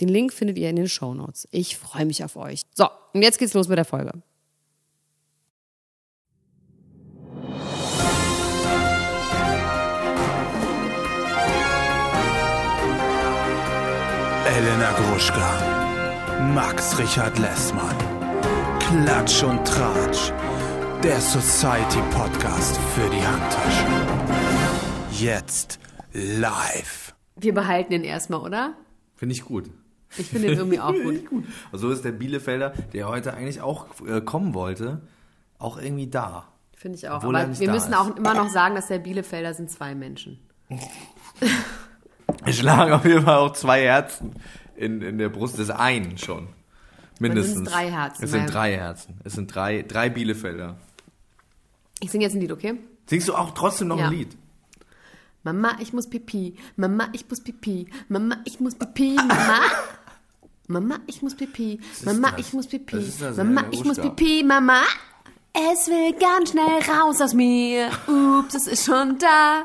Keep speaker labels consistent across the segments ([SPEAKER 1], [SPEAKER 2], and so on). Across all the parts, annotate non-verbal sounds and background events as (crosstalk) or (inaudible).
[SPEAKER 1] Den Link findet ihr in den Shownotes. Ich freue mich auf euch. So, und jetzt geht's los mit der Folge.
[SPEAKER 2] Elena Gruschka, Max Richard Lessmann, Klatsch und Tratsch, der Society Podcast für die Handtasche. Jetzt live.
[SPEAKER 1] Wir behalten ihn erstmal, oder?
[SPEAKER 3] Finde ich gut.
[SPEAKER 1] Ich finde ihn irgendwie auch gut.
[SPEAKER 3] Also so ist der Bielefelder, der heute eigentlich auch äh, kommen wollte, auch irgendwie da.
[SPEAKER 1] Finde ich auch.
[SPEAKER 3] Obwohl er
[SPEAKER 1] Aber
[SPEAKER 3] nicht
[SPEAKER 1] wir
[SPEAKER 3] da
[SPEAKER 1] müssen
[SPEAKER 3] ist.
[SPEAKER 1] auch immer noch sagen, dass der Bielefelder sind zwei Menschen.
[SPEAKER 3] Es schlagen auf jeden Fall auch zwei Herzen in, in der Brust des einen schon. Mindestens.
[SPEAKER 1] sind es drei Herzen, ne?
[SPEAKER 3] Es sind
[SPEAKER 1] weil-
[SPEAKER 3] drei Herzen. Es sind drei, drei Bielefelder.
[SPEAKER 1] Ich singe jetzt ein Lied, okay?
[SPEAKER 3] Singst du auch trotzdem noch
[SPEAKER 1] Ja.
[SPEAKER 3] ein Lied?
[SPEAKER 1] Mama, ich muss pipi. Mama, ich muss pipi. Mama, ich muss
[SPEAKER 3] (laughs)
[SPEAKER 1] pipi. Mama. Mama, ich muss pipi. Mama,
[SPEAKER 3] das?
[SPEAKER 1] ich muss pipi.
[SPEAKER 3] Was ist das,
[SPEAKER 1] Mama,
[SPEAKER 3] Elena
[SPEAKER 1] ich muss
[SPEAKER 3] Gruschka?
[SPEAKER 1] pipi. Mama. Es will ganz schnell raus aus mir. Ups, es ist schon da.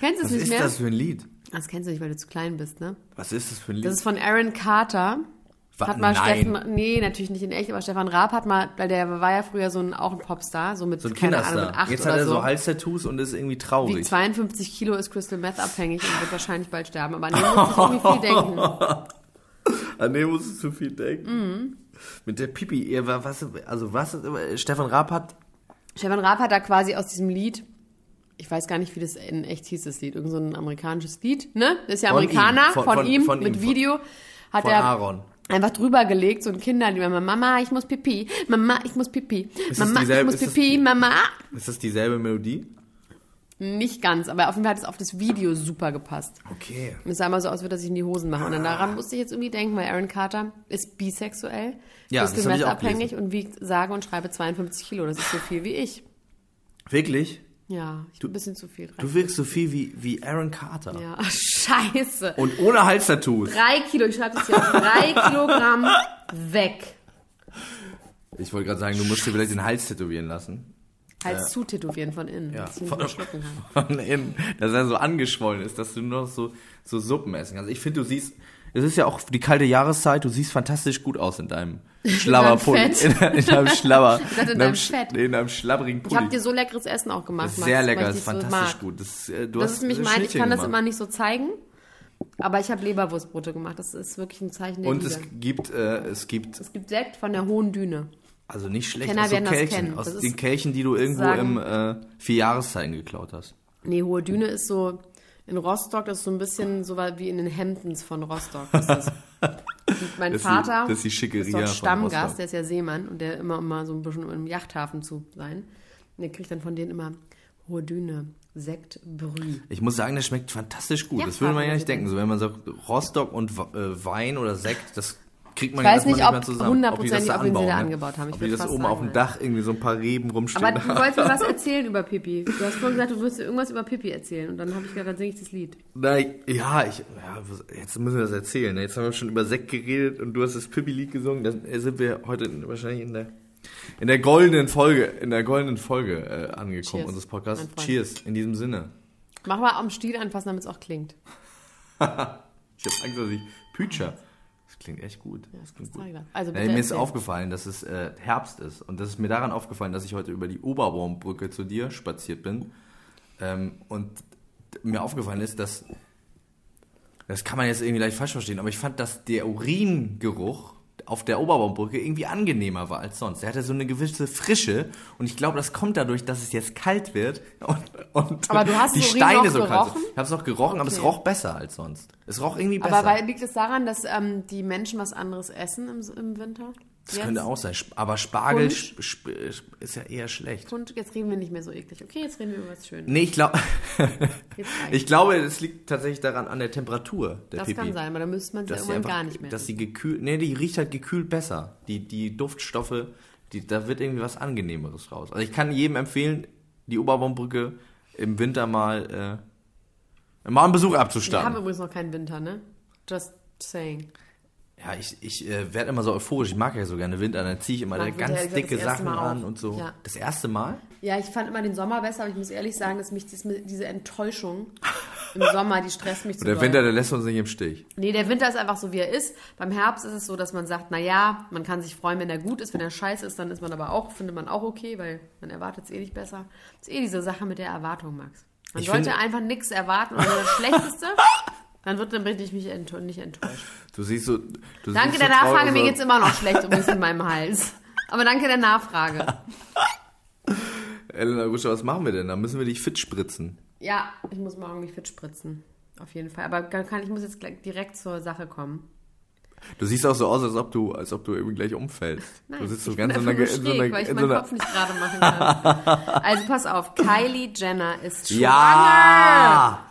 [SPEAKER 1] Kennst du es
[SPEAKER 3] Was
[SPEAKER 1] nicht
[SPEAKER 3] ist
[SPEAKER 1] mehr?
[SPEAKER 3] das für ein Lied?
[SPEAKER 1] Das kennst du nicht, weil du zu klein bist, ne?
[SPEAKER 3] Was ist das für ein Lied?
[SPEAKER 1] Das ist von Aaron Carter.
[SPEAKER 3] Wa-
[SPEAKER 1] Hat mal
[SPEAKER 3] Nein.
[SPEAKER 1] Steffen, nee, natürlich nicht in echt, aber Stefan Raab hat mal, weil der war ja früher so ein, auch ein Popstar, so mit,
[SPEAKER 3] so ein
[SPEAKER 1] keine Ahnung, mit acht
[SPEAKER 3] Kinderstar. Also Jetzt
[SPEAKER 1] oder
[SPEAKER 3] hat er so,
[SPEAKER 1] so.
[SPEAKER 3] Hals-Tattoos und ist irgendwie
[SPEAKER 1] Wie
[SPEAKER 3] traurig.
[SPEAKER 1] 52 Kilo ist Crystal Meth abhängig und wird wahrscheinlich bald sterben, aber an
[SPEAKER 3] (laughs)
[SPEAKER 1] den muss ich irgendwie viel denken.
[SPEAKER 3] An den musst du zu viel denken.
[SPEAKER 1] Mhm.
[SPEAKER 3] Mit der Pipi, er war- was, also was, Stefan Raab hat
[SPEAKER 1] Stefan Raab hat da quasi aus diesem Lied, ich weiß gar nicht, wie das in echt hieß, das Lied, irgend so ein amerikanisches Lied, ne? Das ist ja
[SPEAKER 3] Von
[SPEAKER 1] Amerikaner,
[SPEAKER 3] ihm,
[SPEAKER 1] von,
[SPEAKER 3] von- von-
[SPEAKER 1] ihm,
[SPEAKER 3] von ihm,
[SPEAKER 1] mit
[SPEAKER 3] von-
[SPEAKER 1] Video. Hat
[SPEAKER 3] von
[SPEAKER 1] er
[SPEAKER 3] Aaron.
[SPEAKER 1] einfach drüber gelegt, so ein Kinder, die immer, Mama, ich muss pipi, Mama, ich muss pipi,
[SPEAKER 3] es
[SPEAKER 1] Mama, ich
[SPEAKER 3] dieselbe-
[SPEAKER 1] muss
[SPEAKER 3] ist es-
[SPEAKER 1] pipi, Mama.
[SPEAKER 3] Ist das dieselbe Melodie?
[SPEAKER 1] Nicht ganz, aber auf jeden Fall hat es auf das Video super gepasst.
[SPEAKER 3] Okay.
[SPEAKER 1] Und es sah immer so aus, als würde er sich in die Hosen machen. Und
[SPEAKER 3] Ah.
[SPEAKER 1] dann daran musste ich jetzt irgendwie denken, weil Aaron Carter ist bisexuell,
[SPEAKER 3] Ja,
[SPEAKER 1] ist
[SPEAKER 3] das hab ich auch
[SPEAKER 1] abhängig und wiegt sage und schreibe 52 Kilo. Das ist so viel wie ich.
[SPEAKER 3] Wirklich?
[SPEAKER 1] Ja, ich bin ein bisschen zu viel dran.
[SPEAKER 3] Du wirkst so viel wie, wie Aaron Carter.
[SPEAKER 1] Ja, (laughs) scheiße.
[SPEAKER 3] Und ohne Hals-Tattoos.
[SPEAKER 1] Drei Kilo, ich schreibe das hier auf drei Kilogramm weg.
[SPEAKER 3] Ich wollte gerade sagen, du musst dir vielleicht den Hals tätowieren lassen.
[SPEAKER 1] Als zutätowieren von innen, dass ich ihn
[SPEAKER 3] Von,
[SPEAKER 1] nicht schlucken kann.
[SPEAKER 3] (laughs) von innen. Dass er so angeschwollen ist, dass du nur noch so, so Suppen essen kannst. Ich finde, du siehst, es ist ja auch die kalte Jahreszeit, du siehst fantastisch gut aus in
[SPEAKER 1] (laughs)
[SPEAKER 3] deinem Schlabberpulli.
[SPEAKER 1] Fett.
[SPEAKER 3] In, in
[SPEAKER 1] (laughs)
[SPEAKER 3] deinem Schlabber.
[SPEAKER 1] dachte, in deinem Fett.
[SPEAKER 3] Nee, in deinem schlabbrigen Pulli.
[SPEAKER 1] Ich habe dir so leckeres Essen auch gemacht,
[SPEAKER 3] Das ist
[SPEAKER 1] Max,
[SPEAKER 3] sehr
[SPEAKER 1] weil
[SPEAKER 3] lecker,
[SPEAKER 1] ich
[SPEAKER 3] das ist
[SPEAKER 1] dich so
[SPEAKER 3] fantastisch
[SPEAKER 1] mag.
[SPEAKER 3] gut. Das, äh, du
[SPEAKER 1] Das
[SPEAKER 3] hast
[SPEAKER 1] ist nämlich mein, ich
[SPEAKER 3] Schnittchen
[SPEAKER 1] kann das
[SPEAKER 3] gemacht.
[SPEAKER 1] immer nicht so zeigen, aber ich habe Leberwurstbrote gemacht. Das ist wirklich ein Zeichen der
[SPEAKER 3] Und
[SPEAKER 1] Liebe.
[SPEAKER 3] es gibt, äh, es gibt,
[SPEAKER 1] Es gibt Sekt von der Hohen Düne.
[SPEAKER 3] also nicht schlecht,
[SPEAKER 1] Kenner
[SPEAKER 3] aus so
[SPEAKER 1] werden das
[SPEAKER 3] Kelchen,
[SPEAKER 1] kennen.
[SPEAKER 3] aus
[SPEAKER 1] Das ist
[SPEAKER 3] den Kelchen, die du irgendwo
[SPEAKER 1] sagen-
[SPEAKER 3] im äh, Vierjahreszeiten geklaut hast.
[SPEAKER 1] Nee, Hohe Düne ist so in Rostock, das ist so ein bisschen so wie in den Hamptons von Rostock. Das
[SPEAKER 3] (laughs)
[SPEAKER 1] ist Und mein
[SPEAKER 3] Das ist die-
[SPEAKER 1] Vater
[SPEAKER 3] das ist die schicke
[SPEAKER 1] dort
[SPEAKER 3] Ria von Rostock.
[SPEAKER 1] Stammgast, der ist ja Seemann und der immer immer so ein bisschen im Yachthafen zu sein. Und der kriegt dann von denen immer Hohe Düne, Sekt, Brü.
[SPEAKER 3] Ich muss sagen, das schmeckt fantastisch gut.
[SPEAKER 1] Ja,
[SPEAKER 3] das würde man ja
[SPEAKER 1] Fabian,
[SPEAKER 3] nicht denken. So, wenn man sagt, Rostock und Wa- äh, Wein oder Sekt, das kriegt man
[SPEAKER 1] Ich
[SPEAKER 3] ja
[SPEAKER 1] weiß
[SPEAKER 3] erstmal
[SPEAKER 1] nicht,
[SPEAKER 3] nicht
[SPEAKER 1] ob
[SPEAKER 3] mehr zusammen.
[SPEAKER 1] hundertprozentig, ob den sie da
[SPEAKER 3] ne?
[SPEAKER 1] angebaut haben. Ich
[SPEAKER 3] ob die
[SPEAKER 1] würd
[SPEAKER 3] das
[SPEAKER 1] fast
[SPEAKER 3] oben
[SPEAKER 1] sagen,
[SPEAKER 3] auf dem
[SPEAKER 1] ja.
[SPEAKER 3] Dach irgendwie so ein paar Reben rumstehen
[SPEAKER 1] Aber du
[SPEAKER 3] haben. (laughs)
[SPEAKER 1] wolltest mir was erzählen über Pippi. Du hast vorhin gesagt, du würdest irgendwas über Pippi erzählen. Und dann habe ich gedacht, dann singe ich das Lied.
[SPEAKER 3] Na, ja, ich, ja, was- jetzt müssen wir das erzählen. ne? Jetzt haben wir schon über Sekt geredet und du hast das Pippi-Lied gesungen. Dann äh, sind wir heute in- wahrscheinlich in der, in der goldenen Folge, in der goldenen Folge äh, angekommen
[SPEAKER 1] Cheers,
[SPEAKER 3] unseres Podcasts.
[SPEAKER 1] mein Freund.
[SPEAKER 3] Cheers, in diesem Sinne.
[SPEAKER 1] Mach mal am Stiel anfassen, damit es auch klingt.
[SPEAKER 3] Ich habe Angst, dass ich Pütscher. Das klingt echt gut. das klingt
[SPEAKER 1] zeig das. Also
[SPEAKER 3] Ja,
[SPEAKER 1] bitte
[SPEAKER 3] mir ist
[SPEAKER 1] erzähl.
[SPEAKER 3] aufgefallen, dass es äh, Herbst ist. Und das ist mir daran aufgefallen, dass ich heute über die Oberbaumbrücke zu dir spaziert bin. Ähm, und mir aufgefallen ist, dass. Das kann man jetzt irgendwie leicht falsch verstehen, aber ich fand, dass der Uringeruch auf der Oberbaumbrücke irgendwie angenehmer war als sonst. Er hatte so eine gewisse Frische und ich glaube, das kommt dadurch, dass es jetzt kalt wird und, und
[SPEAKER 1] Aber du hast
[SPEAKER 3] die
[SPEAKER 1] den Urin
[SPEAKER 3] Steine
[SPEAKER 1] noch
[SPEAKER 3] so kalt sind.
[SPEAKER 1] gerochen?
[SPEAKER 3] Ich habe es noch gerochen, aber es
[SPEAKER 1] Okay.
[SPEAKER 3] roch besser als sonst. Es roch irgendwie besser.
[SPEAKER 1] Aber weil, liegt es daran, dass ähm, die Menschen was anderes essen im, im Winter?
[SPEAKER 3] Das
[SPEAKER 4] Jetzt?
[SPEAKER 3] könnte auch sein. Sp- Aber Spargel
[SPEAKER 4] Punsch?
[SPEAKER 3] sp- sp- ist ja eher schlecht.
[SPEAKER 4] Und jetzt reden wir nicht mehr so eklig. Okay, jetzt reden wir über was Schönes.
[SPEAKER 3] Nee, ich, glaub,
[SPEAKER 4] Jetzt
[SPEAKER 3] (laughs) ich glaube, es liegt tatsächlich daran an der Temperatur der
[SPEAKER 4] das
[SPEAKER 3] Pipi.
[SPEAKER 4] kann sein, aber dann müsste man es ja
[SPEAKER 3] Dass sie
[SPEAKER 4] irgendwann
[SPEAKER 3] einfach,
[SPEAKER 4] gar nicht mehr.
[SPEAKER 3] Dass sie gekühlt, nee, die riecht halt gekühlt besser. Die, die Duftstoffe, die, da wird irgendwie was Angenehmeres raus. Also ich kann jedem empfehlen, die Oberbaumbrücke im Winter mal, äh, mal einen Besuch
[SPEAKER 4] Wir haben
[SPEAKER 3] abzustatten.
[SPEAKER 4] übrigens noch keinen Winter, ne? Just saying.
[SPEAKER 3] Ja, ich, ich äh, werde immer so euphorisch. Ich mag ja so gerne Winter. Dann ziehe ich immer
[SPEAKER 4] Mag
[SPEAKER 3] da
[SPEAKER 4] Winter,
[SPEAKER 3] ganz
[SPEAKER 4] ehrlich gesagt,
[SPEAKER 3] dicke
[SPEAKER 4] das erste
[SPEAKER 3] Sachen
[SPEAKER 4] Mal auch.
[SPEAKER 3] an und so.
[SPEAKER 4] Ja.
[SPEAKER 3] Das erste Mal?
[SPEAKER 4] Ja, ich fand immer den Sommer besser, aber ich muss ehrlich sagen, dass mich dies, diese Enttäuschung im Sommer, die
[SPEAKER 3] (laughs)
[SPEAKER 4] stresst mich zu
[SPEAKER 3] Der
[SPEAKER 4] doll.
[SPEAKER 3] Winter, der lässt uns nicht im Stich.
[SPEAKER 4] Nee, der Winter ist einfach so, wie er ist. Beim Herbst ist es so, dass man sagt, naja, man kann sich freuen, wenn er gut ist. Wenn er scheiße ist, dann ist man aber auch, findet man auch okay, weil man erwartet es eh nicht besser. Das ist eh diese Sache mit der Erwartung, Max. Man
[SPEAKER 3] Ich
[SPEAKER 4] sollte
[SPEAKER 3] finde-
[SPEAKER 4] einfach nichts erwarten oder das
[SPEAKER 3] (laughs)
[SPEAKER 4] Schlechteste. Dann wird dann bin ich mich ent nicht enttäuscht.
[SPEAKER 3] Du siehst so. Du
[SPEAKER 4] Danke
[SPEAKER 3] siehst
[SPEAKER 4] der
[SPEAKER 3] so traurig also-
[SPEAKER 4] Nachfrage, mir
[SPEAKER 3] aus.
[SPEAKER 4] geht's um immer noch schlecht übrigens in meinem
[SPEAKER 3] (laughs)
[SPEAKER 4] Hals. Aber danke der Nachfrage.
[SPEAKER 3] Elena Ruscher, was machen wir denn? Da müssen wir dich fit spritzen.
[SPEAKER 4] Ja, ich muss morgen mich fit spritzen. Auf jeden Fall. Aber kann, ich muss jetzt gleich direkt zur Sache kommen.
[SPEAKER 3] Du siehst auch so aus, als ob du, als ob du eben gleich umfällst. du sitzt so
[SPEAKER 4] ich
[SPEAKER 3] ganz
[SPEAKER 4] bin
[SPEAKER 3] in,
[SPEAKER 4] einfach
[SPEAKER 3] einer, in,
[SPEAKER 4] nur
[SPEAKER 3] so
[SPEAKER 4] schräg,
[SPEAKER 3] einer,
[SPEAKER 4] weil ich
[SPEAKER 3] in so
[SPEAKER 4] meinen
[SPEAKER 3] einer.
[SPEAKER 4] Kopf nicht gerade machen kann.
[SPEAKER 3] (laughs)
[SPEAKER 4] Also pass auf, Kylie Jenner ist schwanger.
[SPEAKER 3] Ja!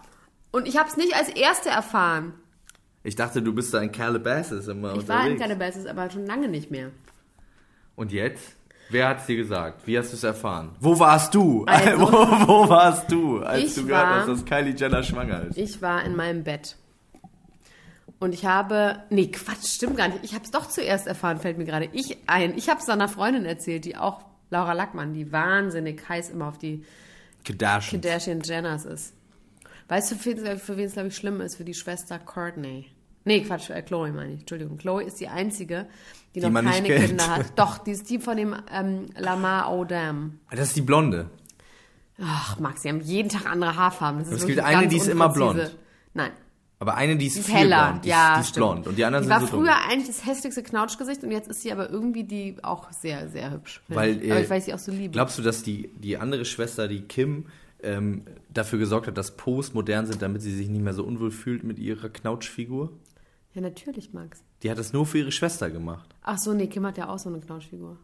[SPEAKER 4] Und ich habe es nicht als Erste erfahren.
[SPEAKER 3] Ich dachte, du bist da in Calabasas immer
[SPEAKER 4] Ich war in
[SPEAKER 3] unterwegs.
[SPEAKER 4] Calabasas, aber schon lange nicht mehr.
[SPEAKER 3] Und jetzt? Wer hat's dir gesagt? Wie hast du es erfahren? Wo warst du?
[SPEAKER 4] Also-
[SPEAKER 3] (laughs) wo, wo warst du, als
[SPEAKER 4] Ich
[SPEAKER 3] du gehört
[SPEAKER 4] war-
[SPEAKER 3] hast, dass Kylie Jenner schwanger ist?
[SPEAKER 4] Ich war in meinem Bett. Und ich habe, nee, Quatsch, stimmt gar nicht. Ich habe es doch zuerst erfahren, fällt mir gerade ich ein. Ich habe es einer Freundin erzählt, die auch Laura Lackmann, die wahnsinnig heiß immer auf die
[SPEAKER 3] Kardashian.
[SPEAKER 4] Kardashian Jenners ist. Weißt du, für wen es, für wen es, glaube ich, schlimm ist? Für die Schwester Courtney. Nee, Quatsch, äh, Chloe meine ich. Entschuldigung. Chloe ist die einzige, die, noch
[SPEAKER 3] man nicht
[SPEAKER 4] keine
[SPEAKER 3] kennt.
[SPEAKER 4] Kinder hat. Doch, die ist die von dem ähm, Lamar Odom.
[SPEAKER 3] Ah, Das ist die Blonde.
[SPEAKER 4] Ach, Max, sie haben jeden Tag andere Haarfarben. Das ist
[SPEAKER 3] Es
[SPEAKER 4] wirklich
[SPEAKER 3] gibt eine,
[SPEAKER 4] ganz
[SPEAKER 3] die ist immer
[SPEAKER 4] unpräzise.
[SPEAKER 3] blond.
[SPEAKER 4] Nein,
[SPEAKER 3] Aber eine, die ist,
[SPEAKER 4] die ist
[SPEAKER 3] viel
[SPEAKER 4] heller.
[SPEAKER 3] blond. Die, ist-
[SPEAKER 4] ja,
[SPEAKER 3] die ist
[SPEAKER 4] stimmt.
[SPEAKER 3] blond. Und die anderen
[SPEAKER 4] die
[SPEAKER 3] sind
[SPEAKER 4] war
[SPEAKER 3] so dumm.
[SPEAKER 4] früher eigentlich das hässlichste Knautschgesicht und jetzt ist sie aber irgendwie die auch sehr, sehr hübsch. finde
[SPEAKER 3] Weil,
[SPEAKER 4] ich.
[SPEAKER 3] äh,
[SPEAKER 4] aber ich weiß sie auch so liebe.
[SPEAKER 3] Glaubst du, dass die, die andere Schwester, die Kim, ähm, dafür gesorgt hat, dass Post modern sind, damit sie sich nicht mehr so unwohl fühlt mit ihrer Knautschfigur?
[SPEAKER 4] ja, natürlich, Max.
[SPEAKER 3] Die hat das nur für ihre Schwester gemacht.
[SPEAKER 4] Ach so, nee, Kim hat ja auch so eine Knautschfigur.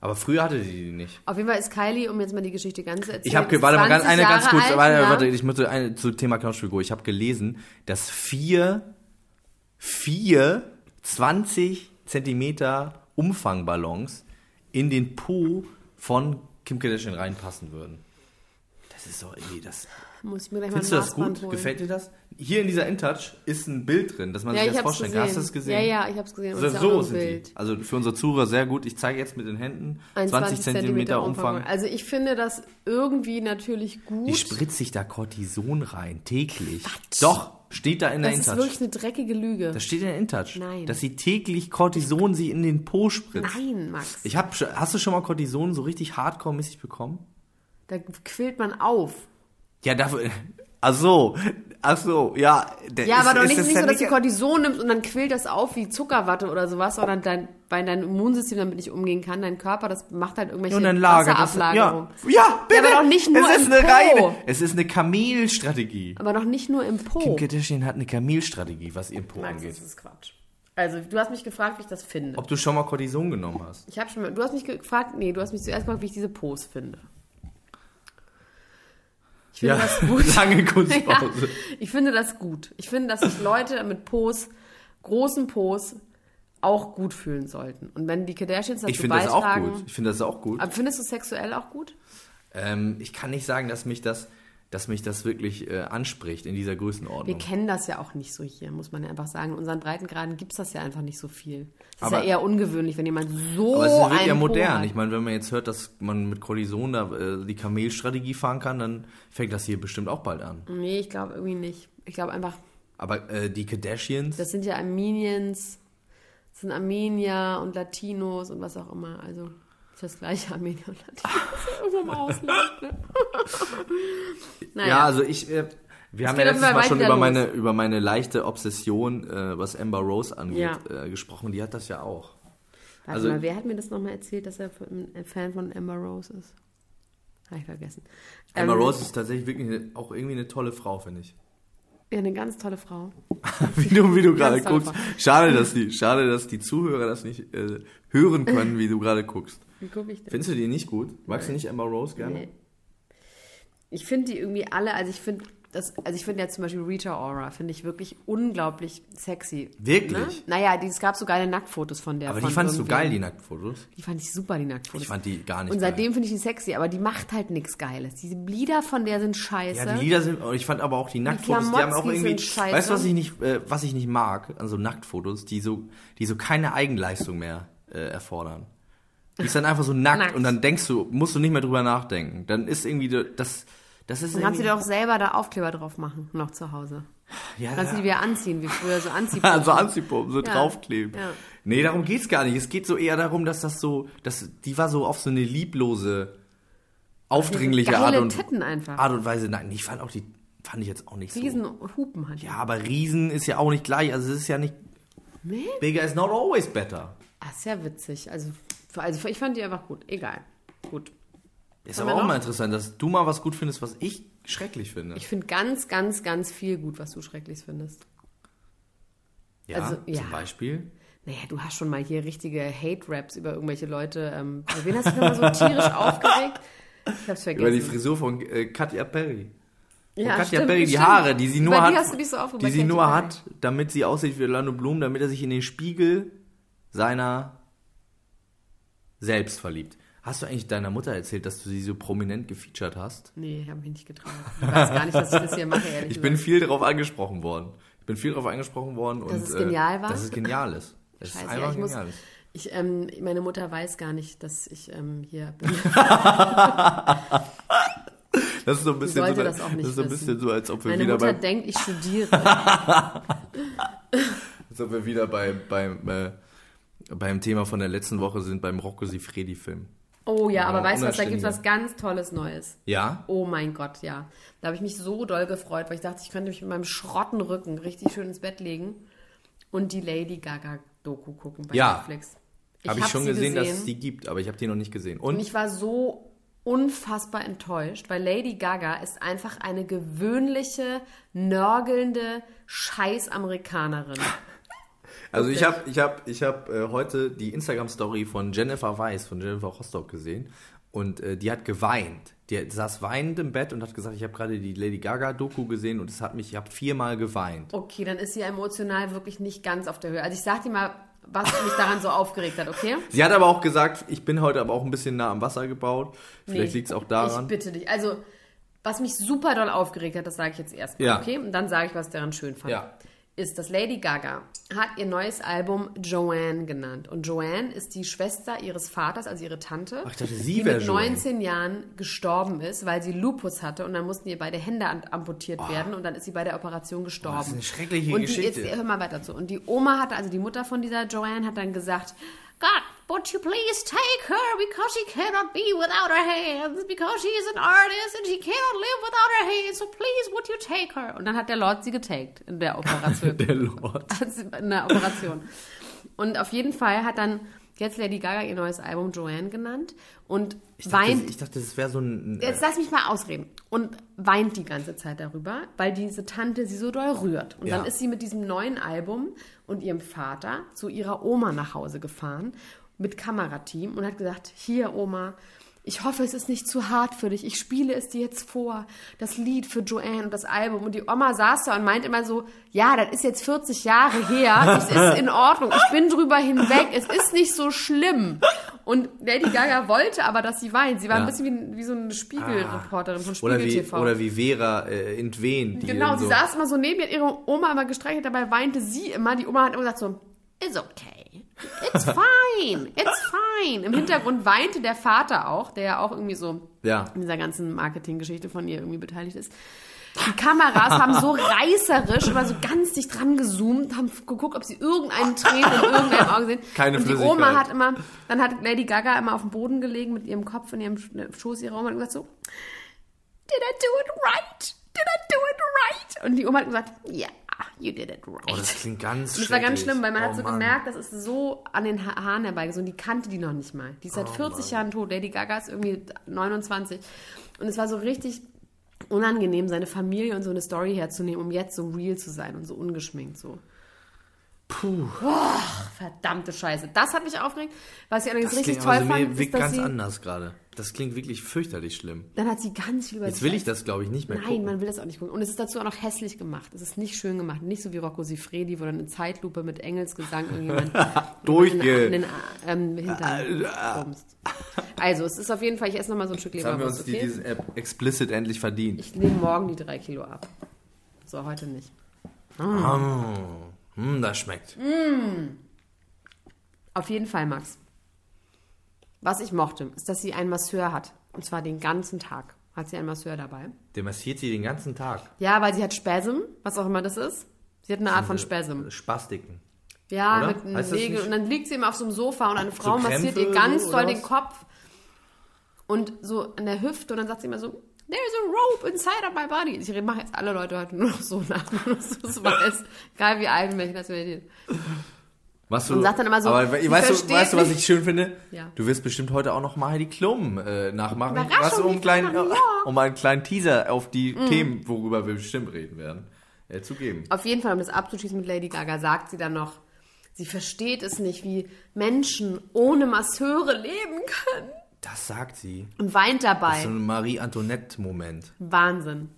[SPEAKER 3] Aber früher hatte die die nicht.
[SPEAKER 4] Auf jeden Fall ist Kylie, um jetzt mal die Geschichte ganz zu erzählen.
[SPEAKER 3] Ich habe, warte mal, ganz,
[SPEAKER 4] 20
[SPEAKER 3] eine ganz
[SPEAKER 4] Jahre
[SPEAKER 3] kurz,
[SPEAKER 4] alt,
[SPEAKER 3] warte,
[SPEAKER 4] ja.
[SPEAKER 3] warte, ich möchte eine zu Thema Knautschfigur. Ich habe gelesen, dass vier, vier 20 Zentimeter Umfangballons in den Po von Kim Kardashian reinpassen würden. Das ist doch irgendwie das.
[SPEAKER 4] Muss ich mir gleich mal
[SPEAKER 3] Findest du
[SPEAKER 4] ein
[SPEAKER 3] das
[SPEAKER 4] Maßband
[SPEAKER 3] gut?
[SPEAKER 4] Holen.
[SPEAKER 3] Gefällt dir das? Hier in dieser InTouch ist ein Bild drin, dass man
[SPEAKER 4] ja,
[SPEAKER 3] sich
[SPEAKER 4] ich
[SPEAKER 3] das
[SPEAKER 4] hab's
[SPEAKER 3] vorstellen
[SPEAKER 4] gesehen.
[SPEAKER 3] kann. Hast du das gesehen?
[SPEAKER 4] Ja, ja, ich hab's gesehen. Und
[SPEAKER 3] So,
[SPEAKER 4] es ist auch
[SPEAKER 3] so
[SPEAKER 4] noch ein
[SPEAKER 3] sind
[SPEAKER 4] Bild.
[SPEAKER 3] die. Also für unsere Zuhörer sehr gut. Ich zeige jetzt mit den Händen
[SPEAKER 4] 21
[SPEAKER 3] 20 Zentimeter Umfang.
[SPEAKER 4] Also ich finde das irgendwie natürlich gut.
[SPEAKER 3] Die spritzt sich da Cortison rein, täglich. Doch, steht da in der
[SPEAKER 4] das ist
[SPEAKER 3] InTouch.
[SPEAKER 4] wirklich eine dreckige Lüge.
[SPEAKER 3] Das steht in der InTouch.
[SPEAKER 4] Nein.
[SPEAKER 3] Dass sie täglich Cortison sie in den Po spritzt.
[SPEAKER 4] Nein, Max.
[SPEAKER 3] Ich hab, sch- hast du schon mal Cortison so richtig hardcore-mäßig bekommen?
[SPEAKER 4] Da quillt man auf.
[SPEAKER 3] Ja, dafür. (laughs) Ach so. Ach so, ja. der
[SPEAKER 4] Ja,
[SPEAKER 3] ist-
[SPEAKER 4] aber doch
[SPEAKER 3] ist
[SPEAKER 4] nicht,
[SPEAKER 3] das
[SPEAKER 4] nicht
[SPEAKER 3] ja
[SPEAKER 4] so, dass du Cortison nimmst und dann quillt das auf wie Zuckerwatte oder sowas, sondern dein, weil dein Immunsystem damit nicht umgehen kann, dein Körper, das macht halt irgendwelche
[SPEAKER 3] Und dann lagert das.
[SPEAKER 4] Wasserablagerungen.
[SPEAKER 3] Ja, ja bitte.
[SPEAKER 4] aber doch nicht nur
[SPEAKER 3] es ist
[SPEAKER 4] im
[SPEAKER 3] eine
[SPEAKER 4] Po.
[SPEAKER 3] reine. Es ist eine Kamelstrategie.
[SPEAKER 4] Aber noch nicht nur im Po.
[SPEAKER 3] Kim Kardashian hat eine Kamelstrategie, was ihren Po
[SPEAKER 4] Oh. Max,
[SPEAKER 3] angeht.
[SPEAKER 4] das ist Quatsch. Also, du hast mich gefragt, wie ich das finde.
[SPEAKER 3] Ob du schon mal Cortison genommen hast?
[SPEAKER 4] Ich habe schon mal, du hast mich gefragt, nee, du hast mich zuerst gefragt, wie ich diese Pose finde. Ich finde
[SPEAKER 3] (laughs)
[SPEAKER 4] das gut.
[SPEAKER 3] lange
[SPEAKER 4] (laughs) ja,
[SPEAKER 3] Kunstpause.
[SPEAKER 4] ich finde das gut. Ich finde, dass sich Leute mit Pose, großen Pose, auch gut fühlen sollten. Und wenn die Kardashians dazu
[SPEAKER 3] Ich finde das auch
[SPEAKER 4] beitragen.
[SPEAKER 3] gut. Ich finde das auch gut.
[SPEAKER 4] Aber findest du sexuell auch gut?
[SPEAKER 3] Ähm, ich kann nicht sagen, dass mich das, dass mich das wirklich äh, anspricht in dieser
[SPEAKER 4] Wir
[SPEAKER 3] Größenordnung.
[SPEAKER 4] kennen das ja auch nicht so hier, muss man ja einfach sagen. In unseren Breitengraden gibt es das ja einfach nicht so viel. Das
[SPEAKER 3] Aber-
[SPEAKER 4] ist ja eher ungewöhnlich, wenn jemand so.
[SPEAKER 3] Aber es wird
[SPEAKER 4] einen
[SPEAKER 3] ja
[SPEAKER 4] Po
[SPEAKER 3] modern.
[SPEAKER 4] hat.
[SPEAKER 3] Ich meine, wenn man jetzt hört, dass man mit Cortison da äh, die Kamelstrategie fahren kann, dann fängt das hier bestimmt auch bald an.
[SPEAKER 4] Nee, ich glaube irgendwie nicht. Ich glaube einfach,
[SPEAKER 3] Aber äh, die Kardashians,
[SPEAKER 4] Das sind ja Armeniens, das sind Armenier und Latinos und was auch immer. Also ist das gleiche Armenier und Latinos. (laughs) Irgendwo im Ausland. Ne? (laughs) naja.
[SPEAKER 3] Ja, also ich, äh, wir haben ja
[SPEAKER 4] geht
[SPEAKER 3] letztes
[SPEAKER 4] immer
[SPEAKER 3] Mal schon
[SPEAKER 4] weiter
[SPEAKER 3] über
[SPEAKER 4] los.
[SPEAKER 3] meine, über meine leichte Obsession, äh, was Amber Rose angeht,
[SPEAKER 4] Ja.
[SPEAKER 3] äh, gesprochen. Die hat das ja auch.
[SPEAKER 4] Warte
[SPEAKER 3] also-
[SPEAKER 4] mal, wer hat mir das nochmal erzählt, dass er ein Fan von Emma Rose ist? Habe ich vergessen.
[SPEAKER 3] Amber
[SPEAKER 4] Ähm,
[SPEAKER 3] Rose ist tatsächlich wirklich eine, auch irgendwie eine tolle Frau, finde ich.
[SPEAKER 4] Ja, eine ganz tolle Frau.
[SPEAKER 3] wie du, wie du gerade
[SPEAKER 4] Ganz
[SPEAKER 3] guckst.
[SPEAKER 4] toll
[SPEAKER 3] Schade, dass die, schade, dass die Zuhörer das nicht äh, hören können, wie du gerade guckst.
[SPEAKER 4] Wie gucke ich denn?
[SPEAKER 3] Findest du die nicht gut? Magst du nicht Emma Rose gerne?
[SPEAKER 4] Nee. Ich finde die irgendwie alle, also ich finde das, also ich finde ja zum Beispiel Rita Ora, finde ich wirklich unglaublich sexy.
[SPEAKER 3] Wirklich?
[SPEAKER 4] Ne? Naja, die, es gab so geile Nacktfotos von der.
[SPEAKER 3] Aber
[SPEAKER 4] von
[SPEAKER 3] die fandst du
[SPEAKER 4] irgendwem.
[SPEAKER 3] geil, die Nacktfotos?
[SPEAKER 4] Die fand ich super, die Nacktfotos.
[SPEAKER 3] Ich fand die gar nicht
[SPEAKER 4] Und
[SPEAKER 3] geil.
[SPEAKER 4] seitdem finde ich die sexy, aber die macht halt nichts Geiles. Diese Lieder von der sind scheiße.
[SPEAKER 3] Ja, die Lieder sind, ich fand aber auch die Nacktfotos, die, haben auch
[SPEAKER 4] Klamotzkis
[SPEAKER 3] irgendwie,
[SPEAKER 4] sind scheiße.
[SPEAKER 3] weißt du, was ich nicht, äh, was ich nicht mag an so Nacktfotos, die so, die so keine Eigenleistung mehr äh, erfordern. Die ist dann einfach so nackt,
[SPEAKER 4] Nackt.
[SPEAKER 3] und dann denkst du, musst du nicht mehr drüber nachdenken. Dann ist irgendwie de- das, das ist
[SPEAKER 4] Dann kannst
[SPEAKER 3] irgendwie,
[SPEAKER 4] du dir auch selber da Aufkleber drauf machen, noch zu Hause.
[SPEAKER 3] ja,
[SPEAKER 4] Kannst du die wieder anziehen, wie
[SPEAKER 3] (laughs)
[SPEAKER 4] früher so anziehen.
[SPEAKER 3] ja, so Also Anziehpumpen, so
[SPEAKER 4] Ja,
[SPEAKER 3] draufkleben.
[SPEAKER 4] ja.
[SPEAKER 3] Nee, darum geht's gar nicht. Es geht so eher darum, dass das so, dass die war so auf so eine lieblose, aufdringliche
[SPEAKER 4] Geile
[SPEAKER 3] Art und,
[SPEAKER 4] Titten einfach.
[SPEAKER 3] Art und Weise. Nein, ich fand auch die, fand ich jetzt auch nicht so.
[SPEAKER 4] Riesen Hupen halt. hat die.
[SPEAKER 3] Ja, aber Riesen ist ja auch nicht gleich. Also es ist ja nicht.
[SPEAKER 4] Nee?
[SPEAKER 3] Bigger is not always better.
[SPEAKER 4] Ah, ist ja witzig. Also, für- also ich fand die einfach gut. Egal. Gut.
[SPEAKER 3] Ist
[SPEAKER 4] Haben
[SPEAKER 3] aber
[SPEAKER 4] wir
[SPEAKER 3] auch
[SPEAKER 4] noch?
[SPEAKER 3] mal interessant, dass du mal was gut findest, was ich schrecklich finde.
[SPEAKER 4] Ich finde ganz, ganz, ganz viel gut, was du schrecklich findest.
[SPEAKER 3] ja,
[SPEAKER 4] also, ja.
[SPEAKER 3] Zum Beispiel.
[SPEAKER 4] Naja, du hast schon mal hier richtige Hate-Raps über irgendwelche Leute. Ähm, über wen hast du dich nochmal
[SPEAKER 3] (laughs)
[SPEAKER 4] so tierisch aufgeregt? Ich hab's vergessen.
[SPEAKER 3] Über die Frisur von äh, Katja Perry. Von
[SPEAKER 4] Ja,
[SPEAKER 3] Oh, Katja
[SPEAKER 4] stimmt,
[SPEAKER 3] Perry, die
[SPEAKER 4] stimmt.
[SPEAKER 3] Haare, die sie nur
[SPEAKER 4] Über
[SPEAKER 3] hat.
[SPEAKER 4] Die hast du dich so aufgeregt.
[SPEAKER 3] die sie
[SPEAKER 4] bei
[SPEAKER 3] nur
[SPEAKER 4] Katy Perry.
[SPEAKER 3] hat, damit sie aussieht wie Orlando Bloom, damit er sich in den Spiegel seiner selbst verliebt. Hast du eigentlich deiner Mutter erzählt, dass du sie so prominent gefeatured hast?
[SPEAKER 4] Nee, ich habe mich nicht getraut. Ich weiß gar nicht, dass ich das hier mache, ehrlich
[SPEAKER 3] Ich bin
[SPEAKER 4] gesagt.
[SPEAKER 3] viel darauf angesprochen worden. Ich bin viel darauf angesprochen worden. und, äh,
[SPEAKER 4] es genial war?
[SPEAKER 3] Dass es genial ist. Es ist
[SPEAKER 4] Scheiße, ja,
[SPEAKER 3] einfach
[SPEAKER 4] ich muss-
[SPEAKER 3] genial.
[SPEAKER 4] Ich, ähm, meine Mutter weiß gar nicht, dass ich ähm, hier bin.
[SPEAKER 3] Das ist so ein bisschen, so,
[SPEAKER 4] sollte das auch nicht
[SPEAKER 3] ist so, ein bisschen
[SPEAKER 4] wissen.
[SPEAKER 3] so als ob wir
[SPEAKER 4] Meine
[SPEAKER 3] wieder,
[SPEAKER 4] Mutter
[SPEAKER 3] bei,
[SPEAKER 4] denkt, ich
[SPEAKER 3] (laughs)
[SPEAKER 4] studiere.
[SPEAKER 3] als ob wir wieder bei, beim, äh, beim Thema von der letzten Woche sind, beim Rocco Sifredi-Film.
[SPEAKER 4] Oh ja, aber
[SPEAKER 3] Ja,
[SPEAKER 4] weißt du was, da gibt es
[SPEAKER 3] Genau, Unanständiger.
[SPEAKER 4] was ganz Tolles Neues.
[SPEAKER 3] Ja?
[SPEAKER 4] Oh mein Gott, ja. Da habe ich mich so doll gefreut, weil ich dachte, ich könnte mich mit meinem schrotten Rücken richtig schön ins Bett legen und die Lady Gaga Doku gucken bei
[SPEAKER 3] Ja.
[SPEAKER 4] Netflix.
[SPEAKER 3] Habe ich,
[SPEAKER 4] hab
[SPEAKER 3] schon
[SPEAKER 4] sie
[SPEAKER 3] gesehen, dass es die gibt, aber ich habe die noch nicht gesehen. Und,
[SPEAKER 4] Und ich war so unfassbar enttäuscht, weil Lady Gaga ist einfach eine gewöhnliche, nörgelnde Scheiß-Amerikanerin.
[SPEAKER 3] also ich
[SPEAKER 4] wirklich.
[SPEAKER 3] habe ich hab, ich hab, äh, heute die Instagram-Story von Jennifer Weiss, von Jennifer Rostock gesehen. Und äh, die hat geweint. Die saß weinend im Bett und hat gesagt, ich habe gerade die Lady Gaga-Doku gesehen und es hat mich, ich habe viermal geweint.
[SPEAKER 4] Okay, dann ist sie emotional wirklich nicht ganz auf der Höhe. Also ich sag dir mal, was mich daran so aufgeregt hat, okay?
[SPEAKER 3] Sie hat aber auch gesagt, ich bin heute aber auch ein bisschen nah am Wasser gebaut. Vielleicht
[SPEAKER 4] Nee,
[SPEAKER 3] liegt es auch
[SPEAKER 4] Ich
[SPEAKER 3] daran.
[SPEAKER 4] (laughs) bitte dich. Also, was mich super doll aufgeregt hat, das sage ich jetzt erstmal,
[SPEAKER 3] Ja.
[SPEAKER 4] okay? Und dann sage ich, was ich daran schön fand.
[SPEAKER 3] Ja.
[SPEAKER 4] Ist, dass Lady Gaga hat ihr neues Album Joanne genannt. Und Joanne ist die Schwester ihres Vaters, also ihre Tante.
[SPEAKER 3] Ach, ich dachte, sie
[SPEAKER 4] die
[SPEAKER 3] wäre
[SPEAKER 4] mit
[SPEAKER 3] Joanne.
[SPEAKER 4] 19 Jahren gestorben ist, weil sie Lupus hatte und dann mussten ihr beide Hände an- amputiert
[SPEAKER 3] Ah.
[SPEAKER 4] werden und dann ist sie bei der Operation gestorben.
[SPEAKER 3] eine schreckliche
[SPEAKER 4] und
[SPEAKER 3] Geschichte.
[SPEAKER 4] Die, jetzt, hör mal weiter zu. Und die Oma hatte, also die Mutter von dieser Joanne, hat dann gesagt, God, would you please take her because she cannot be without her hands, because she is an artist and she cannot live without her hands, so please would you take her? Und dann hat der Lord sie getaked in
[SPEAKER 3] (laughs)
[SPEAKER 4] der Operation.
[SPEAKER 3] Der Lord.
[SPEAKER 4] als in der Operation. Und auf jeden Fall hat dann jetzt Lady Gaga ihr neues Album Joanne genannt und
[SPEAKER 3] Ich dachte,
[SPEAKER 4] (laughs) weint
[SPEAKER 3] ich dachte das wäre so ein.
[SPEAKER 4] Jetzt lass mich mal ausreden. Und weint die ganze Zeit darüber, weil diese Tante sie so doll rührt. Und
[SPEAKER 3] Ja.
[SPEAKER 4] dann ist sie mit diesem neuen Album und ihrem Vater zu ihrer Oma nach Hause gefahren mit Kamerateam und hat gesagt, hier Oma, ich hoffe, es ist nicht zu hart für dich. Ich spiele es dir jetzt vor, das Lied für Joanne und das Album. Und die Oma saß da und meint immer so, ja, das ist jetzt 40 Jahre her, es ist in Ordnung, ich bin drüber hinweg, es ist nicht so schlimm. Und Lady Gaga wollte aber, dass sie weint. Sie war
[SPEAKER 3] Ja.
[SPEAKER 4] ein bisschen wie, wie so eine Spiegelreporterin von Spiegel
[SPEAKER 3] Ah. oder, wie,
[SPEAKER 4] TV.
[SPEAKER 3] oder wie Vera äh, in Dwen. Die
[SPEAKER 4] genau,
[SPEAKER 3] dann
[SPEAKER 4] sie
[SPEAKER 3] so,
[SPEAKER 4] saß immer so neben ihr, hat ihre Oma immer gestreichelt, dabei weinte sie immer. Die Oma hat immer gesagt so, it's okay,
[SPEAKER 3] (laughs)
[SPEAKER 4] it's fine, it's fine. Im Hintergrund weinte der Vater auch, der ja auch irgendwie so
[SPEAKER 3] Ja.
[SPEAKER 4] in dieser ganzen Marketinggeschichte von ihr irgendwie beteiligt ist. Die Kameras haben
[SPEAKER 3] (laughs)
[SPEAKER 4] so reißerisch immer so ganz dicht dran gezoomt, haben geguckt, ob sie irgendeinen Tränen in irgendeinem Auge sehen.
[SPEAKER 3] Keine
[SPEAKER 4] und die
[SPEAKER 3] Flüssigkeit.
[SPEAKER 4] Oma hat immer, dann hat Lady Gaga immer auf dem Boden gelegen mit ihrem Kopf in ihrem Sch- Schoß ihrer Oma und gesagt so, did I do it right? Did I do it right? Und die Oma hat gesagt, yeah, you did it right.
[SPEAKER 3] Oh, das klingt ganz
[SPEAKER 4] Und das war
[SPEAKER 3] schrecklich.
[SPEAKER 4] ganz schlimm, weil man
[SPEAKER 3] oh,
[SPEAKER 4] hat so
[SPEAKER 3] Mann.
[SPEAKER 4] gemerkt, das ist so an den Ha- Haaren herbeigezogen. Die kannte die noch nicht mal.
[SPEAKER 3] Oh
[SPEAKER 4] Die ist seit 40 Jahren tot. Lady Gaga ist irgendwie 29. Und es war so richtig unangenehm, seine Familie und so eine Story herzunehmen, um jetzt so real zu sein und so ungeschminkt so.
[SPEAKER 3] Puh,
[SPEAKER 4] Verdammte Scheiße. Das hat mich aufgeregt. Was ich allerdings
[SPEAKER 3] das
[SPEAKER 4] richtig
[SPEAKER 3] klingt
[SPEAKER 4] toll
[SPEAKER 3] also
[SPEAKER 4] fand,
[SPEAKER 3] mir
[SPEAKER 4] ist,
[SPEAKER 3] wirkt
[SPEAKER 4] dass
[SPEAKER 3] ganz
[SPEAKER 4] sie,
[SPEAKER 3] anders gerade. Das klingt wirklich fürchterlich schlimm.
[SPEAKER 4] dann hat sie ganz viel über
[SPEAKER 3] Jetzt
[SPEAKER 4] sich
[SPEAKER 3] will ich das, glaube ich, nicht mehr
[SPEAKER 4] Nein,
[SPEAKER 3] gucken.
[SPEAKER 4] man will das auch nicht gucken. Und es ist dazu auch noch hässlich gemacht. Es ist nicht schön gemacht. Nicht so wie Rocco Sifredi, wo dann eine Zeitlupe mit Engelsgesang irgendjemand
[SPEAKER 3] (laughs) Durchge-
[SPEAKER 4] in den, ähm,
[SPEAKER 3] Äh,
[SPEAKER 4] Hintern kommst. Also, es ist auf jeden Fall, ich esse nochmal so ein Stück
[SPEAKER 3] Jetzt haben wir uns
[SPEAKER 4] Leberwurst,
[SPEAKER 3] die, diese
[SPEAKER 4] okay?
[SPEAKER 3] App explicit endlich verdient.
[SPEAKER 4] Ich nehme morgen die drei Kilo ab. So, heute nicht.
[SPEAKER 3] Oh, mm, das schmeckt.
[SPEAKER 4] Hm. Auf jeden Fall, Max. Was ich mochte, ist, dass sie einen Masseur hat. Und zwar den ganzen Tag hat sie einen Masseur dabei.
[SPEAKER 3] Der massiert sie den ganzen Tag.
[SPEAKER 4] Ja, weil sie hat Späsem, was auch immer das ist. Sie hat eine Art von Späsem.
[SPEAKER 3] Also Spastiken.
[SPEAKER 4] Ja,
[SPEAKER 3] oder?
[SPEAKER 4] mit einem
[SPEAKER 3] Heißt das
[SPEAKER 4] Segel.
[SPEAKER 3] nicht?
[SPEAKER 4] Und dann liegt sie immer auf so einem Sofa und eine Frau massiert
[SPEAKER 3] Krämpfe
[SPEAKER 4] ihr ganz
[SPEAKER 3] so, oder
[SPEAKER 4] doll den
[SPEAKER 3] was?
[SPEAKER 4] Kopf. Und so an der Hüfte. Und dann sagt sie immer so, there's a rope inside of my body. Ich mache jetzt alle Leute heute nur noch so nach, (laughs) nur dass du es weißt. Geil, wie alt welchen das wir
[SPEAKER 3] Machst du,
[SPEAKER 4] Und sagt dann immer so,
[SPEAKER 3] aber
[SPEAKER 4] sie
[SPEAKER 3] we- weißt, du,
[SPEAKER 4] versteht
[SPEAKER 3] weißt du, was
[SPEAKER 4] nicht.
[SPEAKER 3] ich schön finde?
[SPEAKER 4] Ja.
[SPEAKER 3] Du wirst bestimmt heute auch noch mal Heidi Klum äh, nachmachen.
[SPEAKER 4] Überraschung,
[SPEAKER 3] Was um,
[SPEAKER 4] die
[SPEAKER 3] einen kleinen,
[SPEAKER 4] fliegt nach New York.
[SPEAKER 3] (laughs)
[SPEAKER 4] Mhm.
[SPEAKER 3] um einen kleinen Teaser auf die Themen, worüber wir bestimmt reden werden, äh, zu geben.
[SPEAKER 4] Auf jeden Fall, um das abzuschließen mit Lady Gaga, sagt sie dann noch, sie versteht es nicht, wie Menschen ohne Masseure leben können.
[SPEAKER 3] Das sagt sie.
[SPEAKER 4] Und weint
[SPEAKER 3] Das ist so
[SPEAKER 4] dabei.
[SPEAKER 3] ein Marie-Antoinette-Moment.
[SPEAKER 4] Wahnsinn.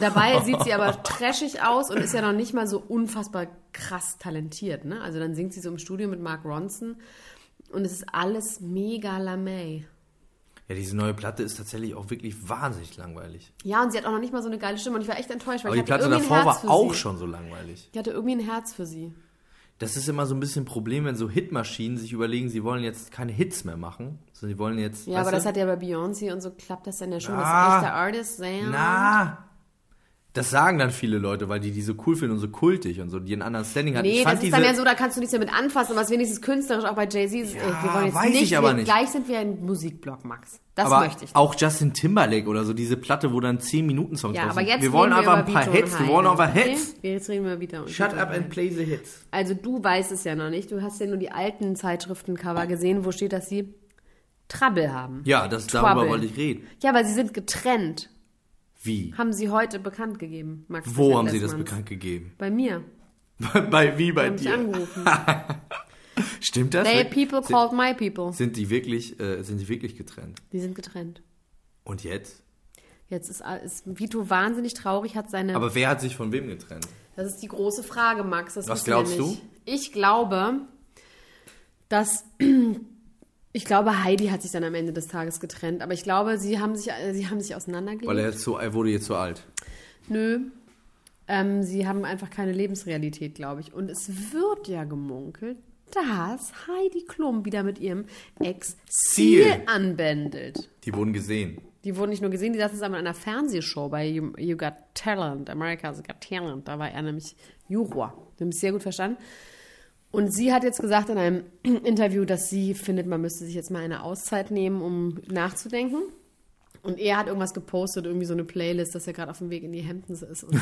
[SPEAKER 3] (laughs)
[SPEAKER 4] dabei sieht sie aber trashig aus und ist ja noch nicht mal so unfassbar krass talentiert. Ne? Also dann singt sie so im Studio mit Mark Ronson und es ist alles mega lamey.
[SPEAKER 3] Ja, diese neue Platte ist tatsächlich auch wirklich wahnsinnig langweilig.
[SPEAKER 4] Ja, und sie hat auch noch nicht mal so eine geile Stimme und ich war echt enttäuscht, weil
[SPEAKER 3] Aber
[SPEAKER 4] ich
[SPEAKER 3] die
[SPEAKER 4] hatte
[SPEAKER 3] Platte
[SPEAKER 4] irgendwie ein
[SPEAKER 3] davor war
[SPEAKER 4] Herz für
[SPEAKER 3] auch
[SPEAKER 4] sie.
[SPEAKER 3] schon so langweilig.
[SPEAKER 4] Ich hatte irgendwie ein Herz für sie.
[SPEAKER 3] Das ist immer so ein bisschen ein Problem, wenn so Hitmaschinen sich überlegen, sie wollen jetzt keine Hits mehr machen, sondern sie wollen jetzt.
[SPEAKER 4] Ja,
[SPEAKER 3] weißt
[SPEAKER 4] aber
[SPEAKER 3] du? Ah.
[SPEAKER 4] das hat ja bei Beyoncé und so klappt das dann ja schon.
[SPEAKER 3] Na.
[SPEAKER 4] das ist echter Artist, Sam.
[SPEAKER 3] Na! Das sagen dann viele Leute, weil die die so cool finden und so kultig und so, die einen anderen Standing hatten. ich
[SPEAKER 4] Nee, das
[SPEAKER 3] fand
[SPEAKER 4] ist
[SPEAKER 3] diese,
[SPEAKER 4] dann ja so, da kannst du nichts mehr mit anfassen, aber es ist wenigstens künstlerisch, auch bei Jay-Z. ist- ey, wir wollen jetzt
[SPEAKER 3] weiß ich
[SPEAKER 4] nicht,
[SPEAKER 3] aber
[SPEAKER 4] wir-
[SPEAKER 3] nicht.
[SPEAKER 4] Gleich sind wir ein Musikblock, Max. Das
[SPEAKER 3] aber
[SPEAKER 4] möchte ich.
[SPEAKER 3] auch Justin Timberlake oder so, diese Platte, wo dann 10-Minuten-Songs
[SPEAKER 4] ja,
[SPEAKER 3] drauf
[SPEAKER 4] aber
[SPEAKER 3] sind.
[SPEAKER 4] jetzt
[SPEAKER 3] Wir wollen
[SPEAKER 4] reden
[SPEAKER 3] einfach ein
[SPEAKER 4] über
[SPEAKER 3] paar
[SPEAKER 4] Vito und
[SPEAKER 3] Hits, wir
[SPEAKER 4] Heidi,
[SPEAKER 3] wollen einfach
[SPEAKER 4] okay?
[SPEAKER 3] Hits.
[SPEAKER 4] Wir Jetzt reden wir wieder.
[SPEAKER 3] Shut up and play the hits.
[SPEAKER 4] Also du weißt es ja noch nicht. Du hast ja nur die alten Zeitschriftencover gesehen, wo steht, dass sie Trouble haben.
[SPEAKER 3] Ja, das, darüber wollte ich reden.
[SPEAKER 4] Ja, aber sie sind getrennt.
[SPEAKER 3] Wie?
[SPEAKER 4] Haben sie heute bekannt gegeben, Max.
[SPEAKER 3] Wo haben sie das
[SPEAKER 4] Lessmanns.
[SPEAKER 3] bekannt gegeben?
[SPEAKER 4] Bei mir.
[SPEAKER 3] Bei, bei wie bei
[SPEAKER 4] Haben sie
[SPEAKER 3] dir? (laughs) Also
[SPEAKER 4] angerufen.
[SPEAKER 3] Stimmt das?
[SPEAKER 4] They
[SPEAKER 3] wirklich?
[SPEAKER 4] people called my people.
[SPEAKER 3] sind, sind die wirklich, äh, sind die wirklich getrennt?
[SPEAKER 4] Die sind getrennt.
[SPEAKER 3] Und jetzt?
[SPEAKER 4] Jetzt ist, ist Vito wahnsinnig traurig, hat seine
[SPEAKER 3] Aber wer hat sich von wem getrennt?
[SPEAKER 4] Das ist die große Frage, Max. Das
[SPEAKER 3] Was
[SPEAKER 4] wissen wir
[SPEAKER 3] glaubst
[SPEAKER 4] nicht. Ich glaube, dass. (clears throat) Ich glaube, Heidi hat sich dann am Ende des Tages getrennt, aber ich glaube, sie haben sich, äh, sie haben sich
[SPEAKER 3] Weil
[SPEAKER 4] auseinandergelebt.
[SPEAKER 3] er, jetzt so, er wurde jetzt so alt.
[SPEAKER 4] Nö. Ähm, sie haben einfach keine Lebensrealität, glaube ich. Und es wird ja gemunkelt, dass Heidi Klum wieder mit ihrem Ex Ziel
[SPEAKER 3] Ziel.
[SPEAKER 4] anwendet.
[SPEAKER 3] Die wurden gesehen.
[SPEAKER 4] Die wurden nicht nur gesehen, die saßen zusammen in einer Fernsehshow bei you, you Got Talent, America's Got Talent. Da war er nämlich Juror. Wir haben es sehr gut verstanden. Und sie hat jetzt gesagt in einem (clears throat) Interview, dass sie findet, man müsste sich jetzt mal eine Auszeit nehmen, um nachzudenken. Und er hat irgendwas gepostet, irgendwie so eine Playlist, dass er gerade auf dem Weg in die Hamptons ist und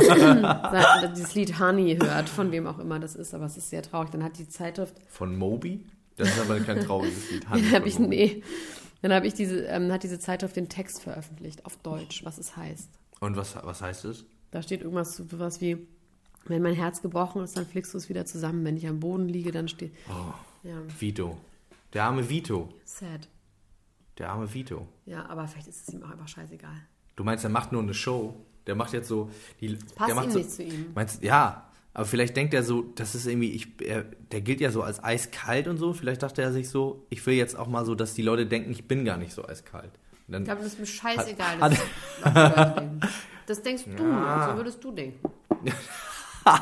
[SPEAKER 4] sein- dieses Lied Honey hört, von wem auch immer das ist, aber es ist sehr traurig. Dann hat die Zeitschrift
[SPEAKER 3] Von Moby? Das ist aber kein trauriges
[SPEAKER 4] (laughs)
[SPEAKER 3] Lied. Hanni
[SPEAKER 4] dann
[SPEAKER 3] von
[SPEAKER 4] habe ich,
[SPEAKER 3] Moby.
[SPEAKER 4] nee. Dann habe ich diese, ähm, hat diese Zeitschrift den Text veröffentlicht, auf Deutsch, was es heißt.
[SPEAKER 3] Und was, was heißt es?
[SPEAKER 4] Da steht irgendwas zu was wie, wenn mein Herz gebrochen ist, dann flickst du es wieder zusammen. Wenn ich am Boden liege, dann steht.
[SPEAKER 3] Oh.
[SPEAKER 4] Ja,
[SPEAKER 3] Vito. Der arme Vito.
[SPEAKER 4] sad.
[SPEAKER 3] Der arme Vito.
[SPEAKER 4] Ja, aber vielleicht ist es ihm auch einfach scheißegal.
[SPEAKER 3] Du meinst, er macht nur eine Show? Der macht jetzt so. Die,
[SPEAKER 4] Passt
[SPEAKER 3] der macht
[SPEAKER 4] ihm
[SPEAKER 3] so,
[SPEAKER 4] nicht zu ihm.
[SPEAKER 3] Meinst, ja, aber vielleicht denkt er so, das ist irgendwie. Ich, er, der gilt ja so als eiskalt und so. Vielleicht dachte er sich so, ich will jetzt auch mal so, dass die Leute denken, ich bin gar nicht so eiskalt. Und dann,
[SPEAKER 4] Ich glaube, das ist mir scheißegal.
[SPEAKER 3] Hat-
[SPEAKER 4] das, was die Leute denken. das denkst du, so würdest du denken.
[SPEAKER 3] (laughs)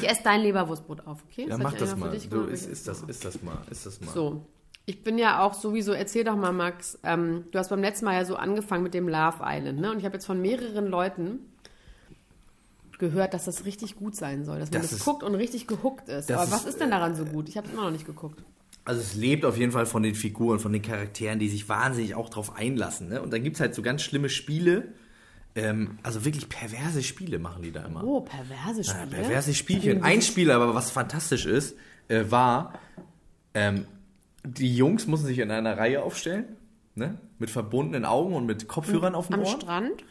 [SPEAKER 4] Ich esse dein Leberwurstbrot auf, okay?
[SPEAKER 3] ja,
[SPEAKER 4] hat
[SPEAKER 3] mach
[SPEAKER 4] ja
[SPEAKER 3] das
[SPEAKER 4] halt einer für
[SPEAKER 3] mal.
[SPEAKER 4] dich
[SPEAKER 3] Du,
[SPEAKER 4] gemacht,
[SPEAKER 3] ist,
[SPEAKER 4] ich-
[SPEAKER 3] ist, das, ist das mal. Ist das mal.
[SPEAKER 4] So. Ich bin ja auch sowieso, erzähl doch mal, Max, ähm, du hast beim letzten Mal ja so angefangen mit dem Love Island, ne? Und ich habe jetzt von mehreren Leuten gehört, dass das richtig gut sein soll, dass man das,
[SPEAKER 3] Das ist-
[SPEAKER 4] guckt und richtig gehuckt ist.
[SPEAKER 3] das
[SPEAKER 4] Aber
[SPEAKER 3] ist, äh,
[SPEAKER 4] was ist denn daran so gut? Ich habe es immer noch nicht geguckt.
[SPEAKER 3] Also es lebt auf jeden Fall von den Figuren, von den Charakteren, die sich wahnsinnig auch drauf einlassen. Ne? Und dann gibt es halt so ganz schlimme Spiele. Ähm, also wirklich perverse Spiele machen die da immer.
[SPEAKER 4] Oh, perverse
[SPEAKER 3] Ja,
[SPEAKER 4] Spiele.
[SPEAKER 3] Ah, perverse Spielchen. Ein Spiel aber, was fantastisch ist, äh, war, ähm, die Jungs mussten sich in einer Reihe aufstellen. ne? Mit verbundenen Augen und mit Kopfhörern auf dem
[SPEAKER 1] Am
[SPEAKER 3] Ohr.
[SPEAKER 1] Strand?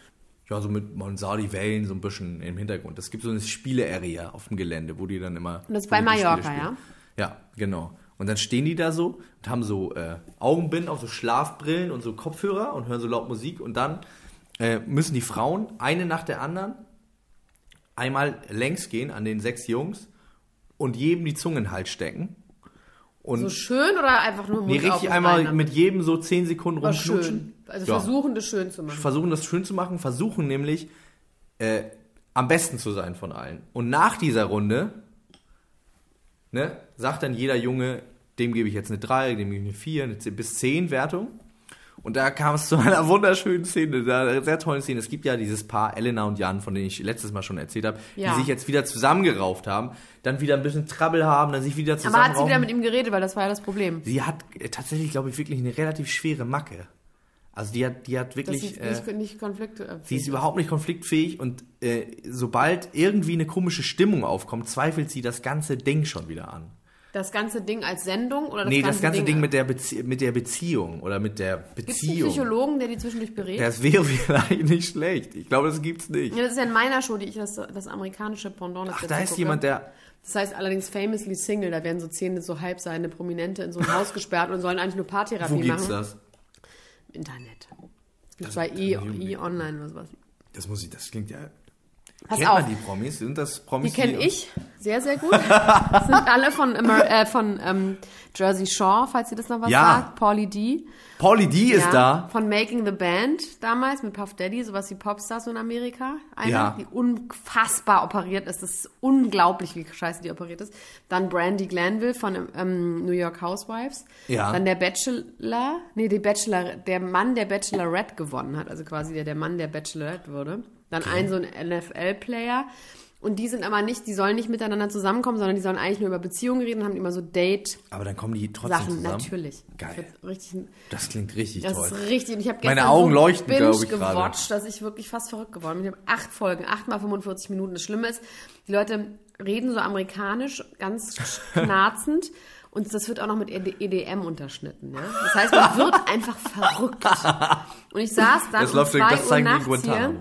[SPEAKER 3] Ja, so mit, man sah die Wellen so ein bisschen im Hintergrund. Es gibt so eine Spiele-Area auf dem Gelände, wo die dann immer.
[SPEAKER 1] Und das ist
[SPEAKER 3] wo
[SPEAKER 1] bei
[SPEAKER 3] die die Spiele
[SPEAKER 1] Mallorca,
[SPEAKER 3] spielen. Ja, genau. Und dann stehen die da so und haben so äh, Augenbinden, auch so Schlafbrillen und so Kopfhörer und hören so laut Musik. Und dann äh, müssen die Frauen eine nach der anderen einmal längs gehen an den sechs Jungs und jedem die Zungen in den Hals stecken. Und
[SPEAKER 4] So schön oder einfach nur Mund
[SPEAKER 3] nee,
[SPEAKER 4] auf
[SPEAKER 3] richtig
[SPEAKER 4] und
[SPEAKER 3] einmal
[SPEAKER 4] rein
[SPEAKER 3] mit jedem so zehn Sekunden
[SPEAKER 4] Aber
[SPEAKER 3] rumknutschen.
[SPEAKER 4] schön. Also
[SPEAKER 3] Ja
[SPEAKER 4] versuchen, das schön zu machen.
[SPEAKER 3] versuchen das schön zu machen, versuchen nämlich äh, am besten zu sein von allen. Und nach dieser Runde ne, sagt dann jeder Junge, dem gebe ich jetzt eine 3, dem gebe ich eine 4, eine 10, bis 10 Wertung. Und da kam es (laughs) zu einer wunderschönen Szene, zu einer sehr tollen Szene. Es gibt ja dieses Paar, Elena und Jan, von denen ich letztes Mal schon erzählt habe,
[SPEAKER 4] Ja.
[SPEAKER 3] die sich jetzt wieder zusammengerauft haben, dann wieder ein bisschen Trouble haben, dann sich wieder
[SPEAKER 4] Aber hat sie
[SPEAKER 3] zusammenraufen.
[SPEAKER 4] wieder mit ihm geredet, weil das war ja das Problem.
[SPEAKER 3] sie hat äh, tatsächlich, glaube ich, wirklich eine relativ schwere Macke. Also die hat, die hat
[SPEAKER 4] Dass
[SPEAKER 3] wirklich...
[SPEAKER 4] sie
[SPEAKER 3] äh,
[SPEAKER 4] nicht, nicht Konflikte äh,
[SPEAKER 3] Sie ist überhaupt nicht konfliktfähig und äh, sobald irgendwie eine komische Stimmung aufkommt, zweifelt sie das ganze Ding schon wieder an.
[SPEAKER 4] Das ganze Ding als Sendung oder das
[SPEAKER 3] nee,
[SPEAKER 4] ganze
[SPEAKER 3] das ganze Ding, mit, der Bezie mit der Beziehung oder mit der
[SPEAKER 4] Gibt es einen
[SPEAKER 3] Beziehung.
[SPEAKER 4] Psychologen, der die zwischendurch berät?
[SPEAKER 3] Das wäre (laughs) vielleicht nicht schlecht. Ich glaube, das gibt's nicht.
[SPEAKER 4] Ja, das ist ja in meiner Show, die ich das, das amerikanische Pendant. das
[SPEAKER 3] Ach,
[SPEAKER 4] ich
[SPEAKER 3] da
[SPEAKER 4] dazu
[SPEAKER 3] ist
[SPEAKER 4] gucke.
[SPEAKER 3] jemand, der.
[SPEAKER 4] Das heißt allerdings famously Single, da werden so zehn so halbseine Prominente in so ein Haus gesperrt und sollen eigentlich nur Paartherapie
[SPEAKER 3] Wo
[SPEAKER 4] machen.
[SPEAKER 3] gibt's das?
[SPEAKER 4] Im Internet. Es gibt
[SPEAKER 3] Das-
[SPEAKER 4] bei
[SPEAKER 3] das-
[SPEAKER 4] E-
[SPEAKER 3] Jugend-
[SPEAKER 4] E-Online oder sowas.
[SPEAKER 3] Das muss ich, das klingt ja.
[SPEAKER 4] Pass
[SPEAKER 3] kennt
[SPEAKER 4] auf.
[SPEAKER 3] man die Promis? Sind das
[SPEAKER 4] Die
[SPEAKER 3] Promis?
[SPEAKER 4] kenne
[SPEAKER 3] uns-
[SPEAKER 4] ich sehr,
[SPEAKER 3] (laughs)
[SPEAKER 4] sehr gut. Das sind alle von, Amer äh, von ähm, Jersey Shore, falls ihr das noch was
[SPEAKER 3] Ja.
[SPEAKER 4] sagt. Pauly D.
[SPEAKER 3] Pauli D ist
[SPEAKER 4] Ja,
[SPEAKER 3] da.
[SPEAKER 4] Von Making the Band damals mit Puff Daddy, sowas wie Popstars so in Amerika. Eine,
[SPEAKER 3] Ja.
[SPEAKER 4] die unfassbar operiert ist. Das ist unglaublich, wie scheiße die operiert ist. Dann Brandy Glanville von ähm, New York Housewives.
[SPEAKER 3] Ja.
[SPEAKER 4] Dann der Bachelor, nee, die Bachelor, der Mann, der Bachelorette gewonnen hat. Also quasi der, der Mann, der Bachelorette wurde. Dann ein so ein NFL-Player. Und die sind aber nicht, die sollen nicht miteinander zusammenkommen, sondern die sollen eigentlich nur über Beziehungen reden und haben immer so Date-Sachen.
[SPEAKER 3] Aber dann kommen die trotzdem zusammen.
[SPEAKER 4] Natürlich. Das
[SPEAKER 3] Geil.
[SPEAKER 4] wird richtig
[SPEAKER 3] Das klingt richtig
[SPEAKER 4] das
[SPEAKER 3] toll.
[SPEAKER 4] ist richtig. Und ich habe
[SPEAKER 3] Meine
[SPEAKER 4] gestern
[SPEAKER 3] Augen
[SPEAKER 4] so
[SPEAKER 3] leuchten,
[SPEAKER 4] binge
[SPEAKER 3] glaub ich, gerade.
[SPEAKER 4] gewatcht, dass ich wirklich fast verrückt geworden bin. Ich habe acht Folgen, acht mal 45 Minuten. Das Schlimme ist, die Leute reden so amerikanisch, ganz knarzend. (laughs) Und das wird auch noch mit E EDM unterschnitten. Ja? Das heißt, man wird
[SPEAKER 3] (laughs)
[SPEAKER 4] einfach verrückt. Und ich saß dann
[SPEAKER 3] Das
[SPEAKER 4] um
[SPEAKER 3] läuft-
[SPEAKER 4] zwei
[SPEAKER 3] das
[SPEAKER 4] Uhr
[SPEAKER 3] zeigen die in
[SPEAKER 4] nachts hier,
[SPEAKER 3] Guantanamo.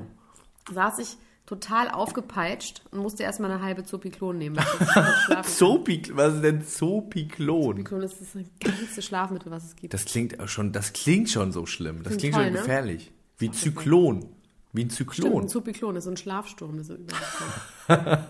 [SPEAKER 4] saß ich total aufgepeitscht und musste erstmal eine halbe Zopiklon nehmen. weil
[SPEAKER 3] (laughs)
[SPEAKER 4] ich nicht schlafen kann.
[SPEAKER 3] Zopi, was ist denn Zopiklon?
[SPEAKER 4] Zopiklon ist das geilste Schlafmittel, was es gibt.
[SPEAKER 3] Das klingt auch schon, das klingt schon so schlimm. Das
[SPEAKER 4] Klingt
[SPEAKER 3] klingt
[SPEAKER 4] toll,
[SPEAKER 3] schon
[SPEAKER 4] ne?
[SPEAKER 3] gefährlich. Wie Zyklon. Wie ein
[SPEAKER 4] Stimmt,
[SPEAKER 3] Zyklon.
[SPEAKER 4] ein Zopiklon ist so ein Schlafsturm. Das ist so überall.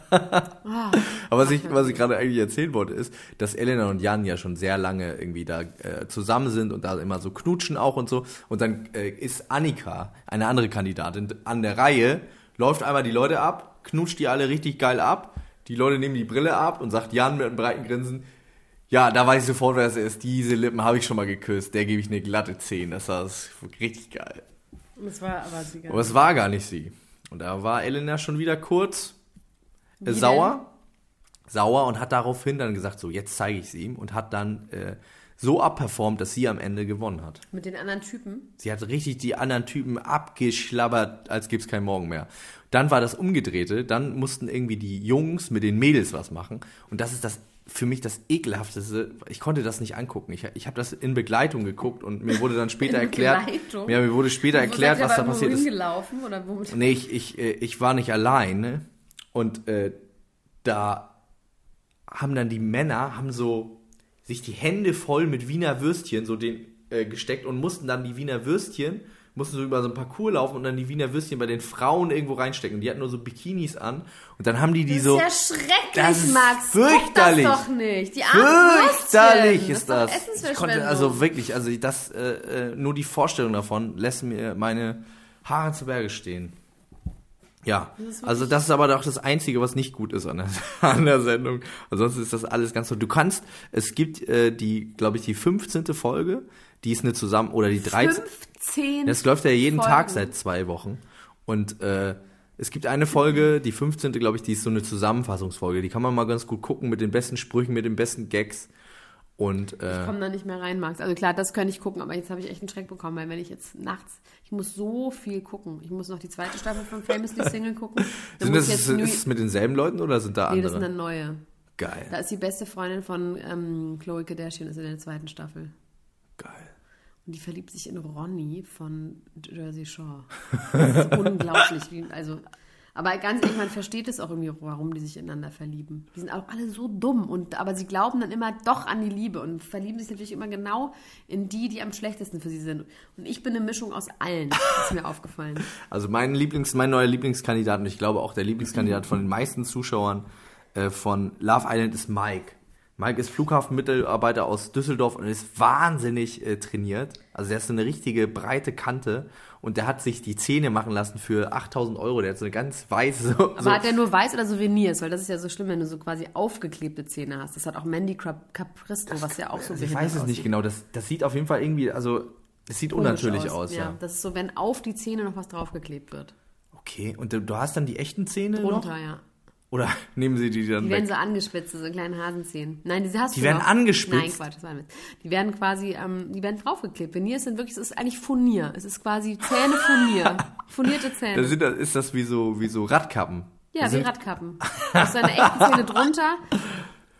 [SPEAKER 3] Aber was ich, was ich gerade eigentlich erzählen wollte, ist, dass Elena und Jan ja schon sehr lange irgendwie da äh, zusammen sind und da immer so knutschen auch und so. Und dann äh, ist Annika, eine andere Kandidatin, an der Reihe, läuft einmal die Leute ab, knutscht die alle richtig geil ab. Die Leute nehmen die Brille ab und sagt Jan mit einem breiten Grinsen, ja, da weiß ich sofort, wer es ist. Diese Lippen habe ich schon mal geküsst. Der gebe ich eine glatte 10. Das war das ist richtig geil.
[SPEAKER 4] Das war aber sie gar
[SPEAKER 3] Aber es war gar nicht sie. Und da war Elena schon wieder kurz äh, sauer. Sauer und hat daraufhin dann gesagt, so jetzt zeige ich es ihm und hat dann äh, so abperformt, dass sie am Ende gewonnen hat.
[SPEAKER 4] Mit den anderen Typen.
[SPEAKER 3] Sie hat richtig die anderen Typen abgeschlabbert, als gäbe es keinen Morgen mehr. Dann war das Umgedrehte, dann mussten irgendwie die Jungs mit den Mädels was machen. Und das ist das für mich das ekelhafteste. Ich konnte das nicht angucken. Ich, ich habe das in Begleitung geguckt und mir wurde dann später
[SPEAKER 4] (laughs) In
[SPEAKER 3] erklärt.
[SPEAKER 4] Begleitung?
[SPEAKER 3] Ja, mir wurde später erklärt, was da passiert ist.
[SPEAKER 4] Hingelaufen oder womit?
[SPEAKER 3] Nee, ich, ich, äh, ich war nicht allein. Ne? Und äh, da haben dann die Männer, haben so sich die Hände voll mit Wiener Würstchen so den, äh, gesteckt und mussten dann die Wiener Würstchen, mussten so über so einen Parcours laufen und dann die Wiener Würstchen bei den Frauen irgendwo reinstecken. Und die hatten nur so Bikinis an und dann haben die die so...
[SPEAKER 4] das ist ja schrecklich,
[SPEAKER 3] Das ist
[SPEAKER 4] Max. Guck
[SPEAKER 3] fürchterlich.
[SPEAKER 4] Das doch nicht. Die armen
[SPEAKER 3] Fürchterlich
[SPEAKER 4] Würstchen.
[SPEAKER 3] ist
[SPEAKER 4] doch
[SPEAKER 3] das. Ich
[SPEAKER 4] Essensverschwendung.
[SPEAKER 3] konnte also wirklich, also das, äh, äh, nur die Vorstellung davon lässt mir meine Haare zu Berge stehen. Ja, also das ist aber doch das Einzige, was nicht gut ist an der, (laughs) an der Sendung. Ansonsten ist das alles ganz so. Du kannst, es gibt äh, die, glaube ich, die 15. Folge, die ist eine zusammen, oder die 13.
[SPEAKER 4] 15.
[SPEAKER 3] Das läuft ja jeden
[SPEAKER 4] Folgen.
[SPEAKER 3] Tag seit zwei Wochen. Und äh, es gibt eine Folge, die 15. glaube ich, die ist so eine Zusammenfassungsfolge. Die kann man mal ganz gut gucken mit den besten Sprüchen, mit den besten Gags. Und äh,
[SPEAKER 4] komme da nicht mehr rein, Max. Also klar, das könnte ich gucken, aber jetzt habe ich echt einen Schreck bekommen, weil wenn ich jetzt nachts, ich muss so viel gucken. Ich muss noch die zweite Staffel
[SPEAKER 3] (laughs)
[SPEAKER 4] von Famously Single gucken. Dann
[SPEAKER 3] sind
[SPEAKER 4] muss
[SPEAKER 3] das,
[SPEAKER 4] ich
[SPEAKER 3] ist,
[SPEAKER 4] jetzt New-
[SPEAKER 3] ist es mit denselben Leuten oder sind da
[SPEAKER 4] nee, das
[SPEAKER 3] andere?
[SPEAKER 4] ist eine neue. Da
[SPEAKER 3] Geil,
[SPEAKER 4] ist die beste Freundin von ähm, Chloe Kardashian, ist in der zweiten Staffel.
[SPEAKER 3] geil.
[SPEAKER 4] Und die verliebt sich in Ronny von Jersey Shore. Das
[SPEAKER 3] (laughs)
[SPEAKER 4] ist unglaublich. Wie, also, aber ganz ehrlich, man versteht es auch irgendwie, warum die sich ineinander verlieben. Die sind auch alle so dumm. Und, aber sie glauben dann immer doch an die Liebe und verlieben sich natürlich immer genau in die, die am schlechtesten für sie sind. Und ich bin eine Mischung aus allen. Das ist mir aufgefallen.
[SPEAKER 3] Also mein Lieblings, mein neuer Lieblingskandidat und ich glaube auch der Lieblingskandidat von den meisten Zuschauern äh, von Love Island ist Mike. Mike ist Flughafenmitarbeiter aus Düsseldorf und ist wahnsinnig äh, trainiert. Also der ist so eine richtige breite Kante und der hat sich die Zähne machen lassen für 8000 Euro. Der hat so eine ganz weiße. (laughs) So,
[SPEAKER 4] Aber hat er nur weiß oder Souvenirs? Weil das ist ja so schlimm, wenn du so quasi aufgeklebte Zähne hast. Das hat auch Mandy Crap- Capristo, was ja auch so
[SPEAKER 3] also ich weiß es nicht genau. Das, das sieht auf jeden Fall irgendwie, also es sieht unnatürlich aus. ja.
[SPEAKER 4] Das ist so, wenn auf die Zähne noch was draufgeklebt wird.
[SPEAKER 3] Okay, und du, du hast dann die echten Zähne noch?
[SPEAKER 4] Drunter, ja.
[SPEAKER 3] Oder (laughs) nehmen sie die dann
[SPEAKER 4] Die
[SPEAKER 3] weg?
[SPEAKER 4] werden so angespitzt, so kleine Hasenzähne. Nein, diese hast
[SPEAKER 3] Die
[SPEAKER 4] du
[SPEAKER 3] werden
[SPEAKER 4] noch.
[SPEAKER 3] angespitzt?
[SPEAKER 4] Nein, Quatsch, das war ein Witz. Die werden quasi, ähm, die werden draufgeklebt. Veneers sind wirklich, es ist eigentlich Furnier. Es ist quasi Zähne
[SPEAKER 3] (laughs)
[SPEAKER 4] Furnier. Furnierte Zähne.
[SPEAKER 3] Da sind, das- ist das wie so, wie so Radkappen.
[SPEAKER 4] ja, wie
[SPEAKER 3] sind-
[SPEAKER 4] Radkappen. Da ist eine echte Zähne drunter.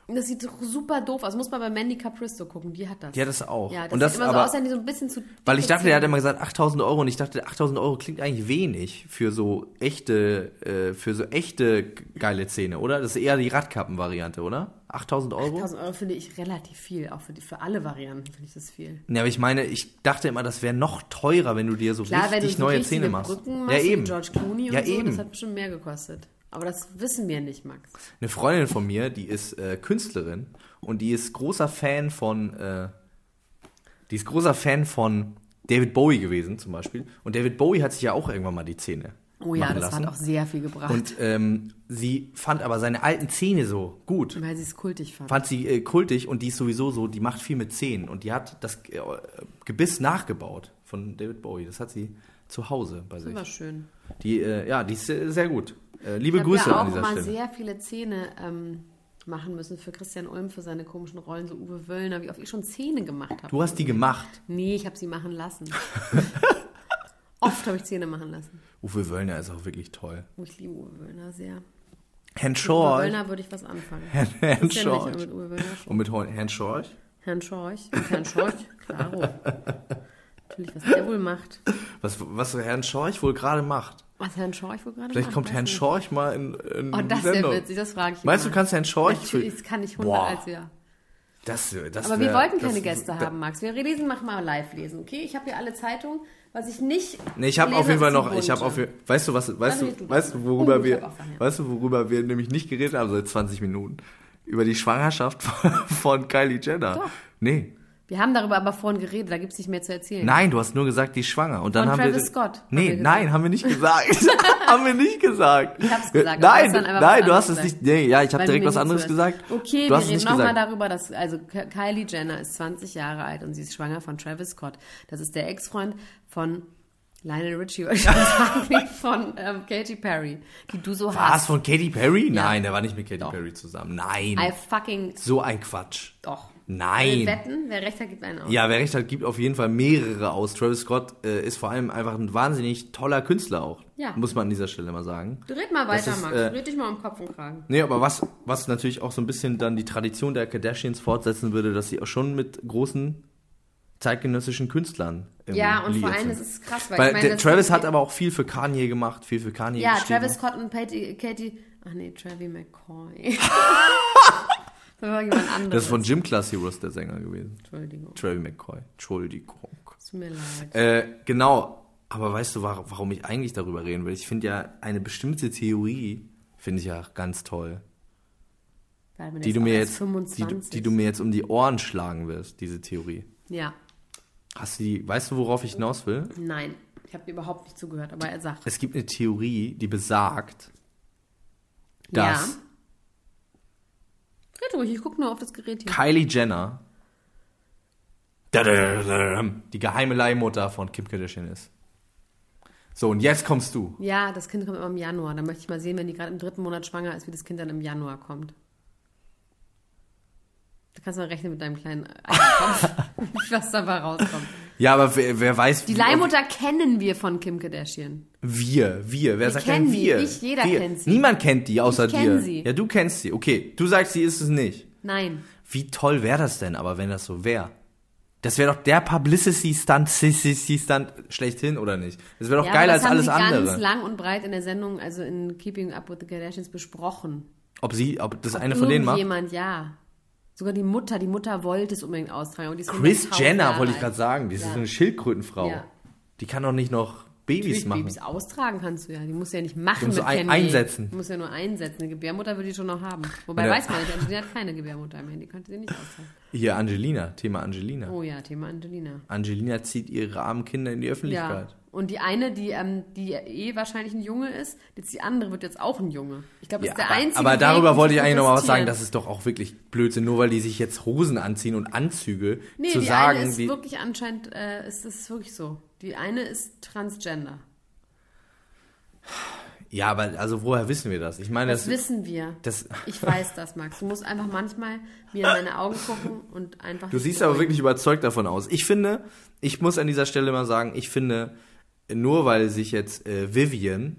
[SPEAKER 4] Und Das sieht doch super doof aus. Muss man bei Mandy Capristo gucken. Die hat das.
[SPEAKER 3] Die hat das auch.
[SPEAKER 4] Ja, das
[SPEAKER 3] Und das
[SPEAKER 4] sieht immer
[SPEAKER 3] aber-
[SPEAKER 4] so aus, als wenn die so ein bisschen zu
[SPEAKER 3] Weil ich
[SPEAKER 4] dicke
[SPEAKER 3] dachte, er hat
[SPEAKER 4] Zähne-
[SPEAKER 3] immer gesagt 8000 Euro und ich dachte, 8000 Euro klingt eigentlich wenig für so echte, äh, für so echte geile Zähne, oder? Das ist eher die Radkappen-Variante, oder? 8000 Euro?
[SPEAKER 4] 1000 Euro finde ich relativ viel. Auch für, die, für alle Varianten finde ich das viel.
[SPEAKER 3] Ne, aber ich meine, ich dachte immer, das wäre noch teurer, wenn du dir so
[SPEAKER 4] Klar, wenn du
[SPEAKER 3] richtig
[SPEAKER 4] so
[SPEAKER 3] neue
[SPEAKER 4] richtige
[SPEAKER 3] Zähne machst.
[SPEAKER 4] Brücken machst,
[SPEAKER 3] ja,
[SPEAKER 4] wie
[SPEAKER 3] eben.
[SPEAKER 4] George Clooney und
[SPEAKER 3] ja,
[SPEAKER 4] so,
[SPEAKER 3] eben.
[SPEAKER 4] das hat bestimmt mehr gekostet. Aber das wissen wir nicht, Max.
[SPEAKER 3] Eine Freundin von mir, die ist äh, Künstlerin und die ist großer Fan von, äh, die ist großer Fan von David Bowie gewesen zum Beispiel. Und David Bowie hat sich ja auch irgendwann mal die Zähne
[SPEAKER 4] Oh ja,
[SPEAKER 3] machen
[SPEAKER 4] das
[SPEAKER 3] lassen.
[SPEAKER 4] hat auch sehr viel gebracht,
[SPEAKER 3] und ähm, sie fand aber seine alten Zähne so gut.
[SPEAKER 4] weil sie es kultig fand.
[SPEAKER 3] Fand sie äh, kultig und die ist sowieso so, die macht viel mit Zähnen. Und die hat das äh, Gebiss nachgebaut von David Bowie. Das hat sie zu Hause bei sich.
[SPEAKER 4] Das war schön.
[SPEAKER 3] Die, äh, ja, die ist äh, sehr gut. Äh, liebe
[SPEAKER 4] Ich habe
[SPEAKER 3] Grüße
[SPEAKER 4] ja
[SPEAKER 3] an
[SPEAKER 4] auch
[SPEAKER 3] dieser
[SPEAKER 4] mal
[SPEAKER 3] Stelle.
[SPEAKER 4] sehr viele Zähne ähm, machen müssen für Christian Ulm, für seine komischen Rollen, so Uwe Wöllner, wie oft ich schon Zähne gemacht habe.
[SPEAKER 3] Du hast die gemacht.
[SPEAKER 4] Nee, ich habe sie
[SPEAKER 3] (laughs)
[SPEAKER 4] machen lassen. oft habe ich Zähne machen lassen.
[SPEAKER 3] Uwe Wöllner ist auch wirklich toll.
[SPEAKER 4] Oh, ich liebe Uwe Wöllner sehr.
[SPEAKER 3] Herrn
[SPEAKER 4] Uwe
[SPEAKER 3] Schorch.
[SPEAKER 4] Wöllner würde ich was anfangen.
[SPEAKER 3] Herrn
[SPEAKER 4] Ist ja nicht
[SPEAKER 3] Schorch.
[SPEAKER 4] mit Uwe Wöllner
[SPEAKER 3] Und mit Hol- Herrn Schorch?
[SPEAKER 4] Herrn Schorch. Und Herrn Schorch,
[SPEAKER 3] (laughs)
[SPEAKER 4] klaro. Natürlich, was der wohl macht.
[SPEAKER 3] Was, was Herrn Schorch wohl gerade macht.
[SPEAKER 4] Was Herrn Schorch wohl gerade
[SPEAKER 3] Vielleicht
[SPEAKER 4] macht,
[SPEAKER 3] kommt
[SPEAKER 4] Ah, weiß
[SPEAKER 3] Herrn
[SPEAKER 4] nicht.
[SPEAKER 3] Schorch mal in, in
[SPEAKER 4] Oh,
[SPEAKER 3] die
[SPEAKER 4] das wäre
[SPEAKER 3] Sendung.
[SPEAKER 4] witzig, das frage ich
[SPEAKER 3] Meinst
[SPEAKER 4] immer.
[SPEAKER 3] du, kannst Herrn Schorch?
[SPEAKER 4] Natürlich, das kann ich 100
[SPEAKER 3] Boah,
[SPEAKER 4] als ja.
[SPEAKER 3] Das, das
[SPEAKER 4] Aber
[SPEAKER 3] wär,
[SPEAKER 4] wir wollten
[SPEAKER 3] das-
[SPEAKER 4] keine Gäste haben, Max. Wir lesen, machen mal live lesen, okay? Ich habe hier alle Zeitungen, was ich nicht.
[SPEAKER 3] Nee, ich habe
[SPEAKER 4] lese,
[SPEAKER 3] auf jeden Fall
[SPEAKER 4] ist die
[SPEAKER 3] noch, ich habe
[SPEAKER 4] Bunte.
[SPEAKER 3] auf jeden Weißt du, was weißt
[SPEAKER 4] Dann red
[SPEAKER 3] du,
[SPEAKER 4] du
[SPEAKER 3] weißt
[SPEAKER 4] doch.
[SPEAKER 3] du, worüber
[SPEAKER 4] Oh, ich hab
[SPEAKER 3] wir
[SPEAKER 4] auch Sachen, ja.
[SPEAKER 3] weißt du, worüber wir nämlich nicht geredet haben seit 20 Minuten über die Schwangerschaft (laughs) von, von Kylie Jenner.
[SPEAKER 4] Doch.
[SPEAKER 3] Nee.
[SPEAKER 4] Wir haben darüber aber vorhin geredet, da gibt es nicht mehr zu erzählen.
[SPEAKER 3] Nein, du hast nur gesagt, die ist schwanger. Und dann
[SPEAKER 4] Von
[SPEAKER 3] haben wir.
[SPEAKER 4] Travis Scott, haben wir
[SPEAKER 3] Nee,
[SPEAKER 4] gesagt.
[SPEAKER 3] nein, haben wir nicht gesagt.
[SPEAKER 4] (laughs)
[SPEAKER 3] haben wir nicht gesagt.
[SPEAKER 4] Ich hab's gesagt, aber
[SPEAKER 3] Nein,
[SPEAKER 4] du hast dann einfach
[SPEAKER 3] nein,
[SPEAKER 4] was
[SPEAKER 3] du hast es
[SPEAKER 4] anderes
[SPEAKER 3] nicht. Nee, ja, ich habe
[SPEAKER 4] Weil du
[SPEAKER 3] direkt
[SPEAKER 4] mir
[SPEAKER 3] was
[SPEAKER 4] nicht
[SPEAKER 3] anderes
[SPEAKER 4] zuhörst.
[SPEAKER 3] gesagt.
[SPEAKER 4] Okay,
[SPEAKER 3] du hast
[SPEAKER 4] wir
[SPEAKER 3] es
[SPEAKER 4] reden
[SPEAKER 3] nicht
[SPEAKER 4] nochmal
[SPEAKER 3] gesagt.
[SPEAKER 4] darüber, dass also K- Kylie Jenner ist 20 Jahre alt und sie ist schwanger von Travis Scott. Das ist der Ex-Freund von Lionel Richie, wollte
[SPEAKER 3] (laughs)
[SPEAKER 4] ich schon sagen, nee, von ähm, Katy Perry, die du so
[SPEAKER 3] War Ah, es
[SPEAKER 4] hast.
[SPEAKER 3] von Katy Perry?
[SPEAKER 4] Ja.
[SPEAKER 3] Nein, der war nicht mit Katy
[SPEAKER 4] Doch.
[SPEAKER 3] Perry zusammen. Nein.
[SPEAKER 4] I fucking
[SPEAKER 3] so ein Quatsch.
[SPEAKER 4] doch.
[SPEAKER 3] Nein.
[SPEAKER 4] Wir Äh, wetten, wer recht hat, gibt einen aus.
[SPEAKER 3] Ja, wer recht hat, gibt auf jeden Fall mehrere aus. Travis Scott äh, ist vor allem einfach ein wahnsinnig toller Künstler auch.
[SPEAKER 4] Ja.
[SPEAKER 3] Muss man an dieser Stelle mal sagen.
[SPEAKER 4] Du Red mal weiter,
[SPEAKER 3] Das ist,
[SPEAKER 4] Max.
[SPEAKER 3] äh,
[SPEAKER 4] Red dich mal um Kopf und Kragen.
[SPEAKER 3] Nee, aber was, was natürlich auch so ein bisschen dann die Tradition der Kardashians fortsetzen würde, dass sie auch schon mit großen zeitgenössischen Künstlern irgendwie
[SPEAKER 4] Ja, und vor
[SPEAKER 3] liiert
[SPEAKER 4] allem,
[SPEAKER 3] sind.
[SPEAKER 4] das ist krass, weil,
[SPEAKER 3] weil
[SPEAKER 4] ich meine,
[SPEAKER 3] der
[SPEAKER 4] das-
[SPEAKER 3] Travis hat aber auch viel für Kanye gemacht, viel für Kanye
[SPEAKER 4] Ja,
[SPEAKER 3] geschrieben.
[SPEAKER 4] Travis Scott und Patty, Katy. Ach nee, Travis
[SPEAKER 3] (laughs)
[SPEAKER 4] McCoy. das war jemand anderes.
[SPEAKER 3] Das ist von Gym Class Heroes der Sänger gewesen.
[SPEAKER 4] Entschuldigung,
[SPEAKER 3] Travis McCoy. Entschuldigung.
[SPEAKER 4] tut mir leid.
[SPEAKER 3] Äh, genau. Aber weißt du, wa- warum ich eigentlich darüber reden will? Ich finde ja eine bestimmte Theorie, finde ich ja ganz toll.
[SPEAKER 4] Weil man
[SPEAKER 3] Die du,
[SPEAKER 4] auch
[SPEAKER 3] mir
[SPEAKER 4] erst
[SPEAKER 3] jetzt, die, du-
[SPEAKER 4] 25.
[SPEAKER 3] die du mir jetzt um die Ohren schlagen wirst, diese Theorie.
[SPEAKER 4] ja,
[SPEAKER 3] Hast du die, weißt du, worauf ich hinaus will?
[SPEAKER 4] nein. Ich habe dir überhaupt nicht zugehört, aber er sagt.
[SPEAKER 3] Es gibt eine Theorie, die besagt, dass
[SPEAKER 4] Red ruhig, ich gucke nur auf das Gerät hier.
[SPEAKER 3] Kylie Jenner dadadadadam, die geheime Leihmutter von Kim Kardashian ist. So, und jetzt kommst du.
[SPEAKER 4] Ja, das Kind kommt immer im Januar. Dann möchte ich mal sehen, wenn die gerade im dritten Monat schwanger ist, wie das Kind dann im Januar kommt. Da kannst du mal rechnen mit deinem kleinen (laughs) Kopf, was dabei rauskommt.
[SPEAKER 3] Ja, aber wer, wer weiß,
[SPEAKER 4] Die Leihmutter kennen wir von Kim Kardashian.
[SPEAKER 3] Wir, wir, wer
[SPEAKER 4] Wir
[SPEAKER 3] sagt
[SPEAKER 4] kennen
[SPEAKER 3] denn
[SPEAKER 4] sie.
[SPEAKER 3] wir?
[SPEAKER 4] Ich, jeder
[SPEAKER 3] wir.
[SPEAKER 4] kennt sie.
[SPEAKER 3] Niemand kennt die außer
[SPEAKER 4] Ich kenn
[SPEAKER 3] dir.
[SPEAKER 4] sie.
[SPEAKER 3] Ja, du kennst sie. Okay, du sagst, sie ist es nicht.
[SPEAKER 4] Nein.
[SPEAKER 3] Wie toll wäre das denn aber, wenn das so wäre? Das wäre doch der Publicity-Stunt, (laughs) Sissy-Stunt schlechthin, oder nicht? Das wäre doch
[SPEAKER 4] Ja, aber
[SPEAKER 3] geiler
[SPEAKER 4] das
[SPEAKER 3] als alles
[SPEAKER 4] haben die
[SPEAKER 3] andere.
[SPEAKER 4] ganz lang und breit in der Sendung, also in Keeping Up with the Kardashians, besprochen.
[SPEAKER 3] Ob sie, ob das eine von denen macht?
[SPEAKER 4] Jemand, ja. Sogar die Mutter, die Mutter wollte es unbedingt austragen. Und die ist
[SPEAKER 3] Chris
[SPEAKER 4] 100.000
[SPEAKER 3] Jenner,
[SPEAKER 4] Jahre
[SPEAKER 3] wollte ich
[SPEAKER 4] alt.
[SPEAKER 3] gerade sagen. Die ist
[SPEAKER 4] Ja.
[SPEAKER 3] so eine Schildkrötenfrau.
[SPEAKER 4] Ja.
[SPEAKER 3] Die kann doch nicht noch Babys
[SPEAKER 4] Natürlich,
[SPEAKER 3] machen.
[SPEAKER 4] Babys austragen kannst du ja. Die musst du ja nicht machen.
[SPEAKER 3] Die musst du
[SPEAKER 4] mit
[SPEAKER 3] ein-
[SPEAKER 4] Candy.
[SPEAKER 3] einsetzen.
[SPEAKER 4] Die musst du ja nur einsetzen. Eine Gebärmutter würde die schon noch haben. Wobei
[SPEAKER 3] Oder-
[SPEAKER 4] weiß man nicht, Angelina hat keine Gebärmutter mehr. Die könnte sie nicht austragen.
[SPEAKER 3] Hier, Angelina. Thema Angelina.
[SPEAKER 4] Oh ja, Thema Angelina.
[SPEAKER 3] Angelina zieht ihre armen Kinder in die
[SPEAKER 4] Ja.
[SPEAKER 3] Öffentlichkeit.
[SPEAKER 4] Und die eine, die, ähm, die eh wahrscheinlich ein Junge ist, jetzt die andere wird jetzt auch ein Junge. Ich glaube, das
[SPEAKER 3] Ja,
[SPEAKER 4] ist der
[SPEAKER 3] aber,
[SPEAKER 4] einzige.
[SPEAKER 3] aber darüber
[SPEAKER 4] Weg, um
[SPEAKER 3] wollte
[SPEAKER 4] zu
[SPEAKER 3] ich eigentlich noch mal was sagen.
[SPEAKER 4] protestieren.
[SPEAKER 3] Das ist doch auch wirklich Blödsinn. Nur weil die sich jetzt Hosen anziehen und Anzüge
[SPEAKER 4] Nee,
[SPEAKER 3] zu
[SPEAKER 4] die
[SPEAKER 3] sagen,
[SPEAKER 4] eine ist
[SPEAKER 3] die,
[SPEAKER 4] wirklich anscheinend, äh, ist es wirklich so. Die eine ist Transgender.
[SPEAKER 3] Ja, aber also woher wissen wir das? Ich meine,
[SPEAKER 4] Das,
[SPEAKER 3] das,
[SPEAKER 4] wissen wir.
[SPEAKER 3] das-
[SPEAKER 4] ich weiß das, Max. Du musst einfach manchmal mir in meine Augen gucken und einfach.
[SPEAKER 3] du siehst aber wirklich überzeugt davon aus. Ich finde, ich muss an dieser Stelle mal sagen, ich finde, nur weil sich jetzt äh, Vivian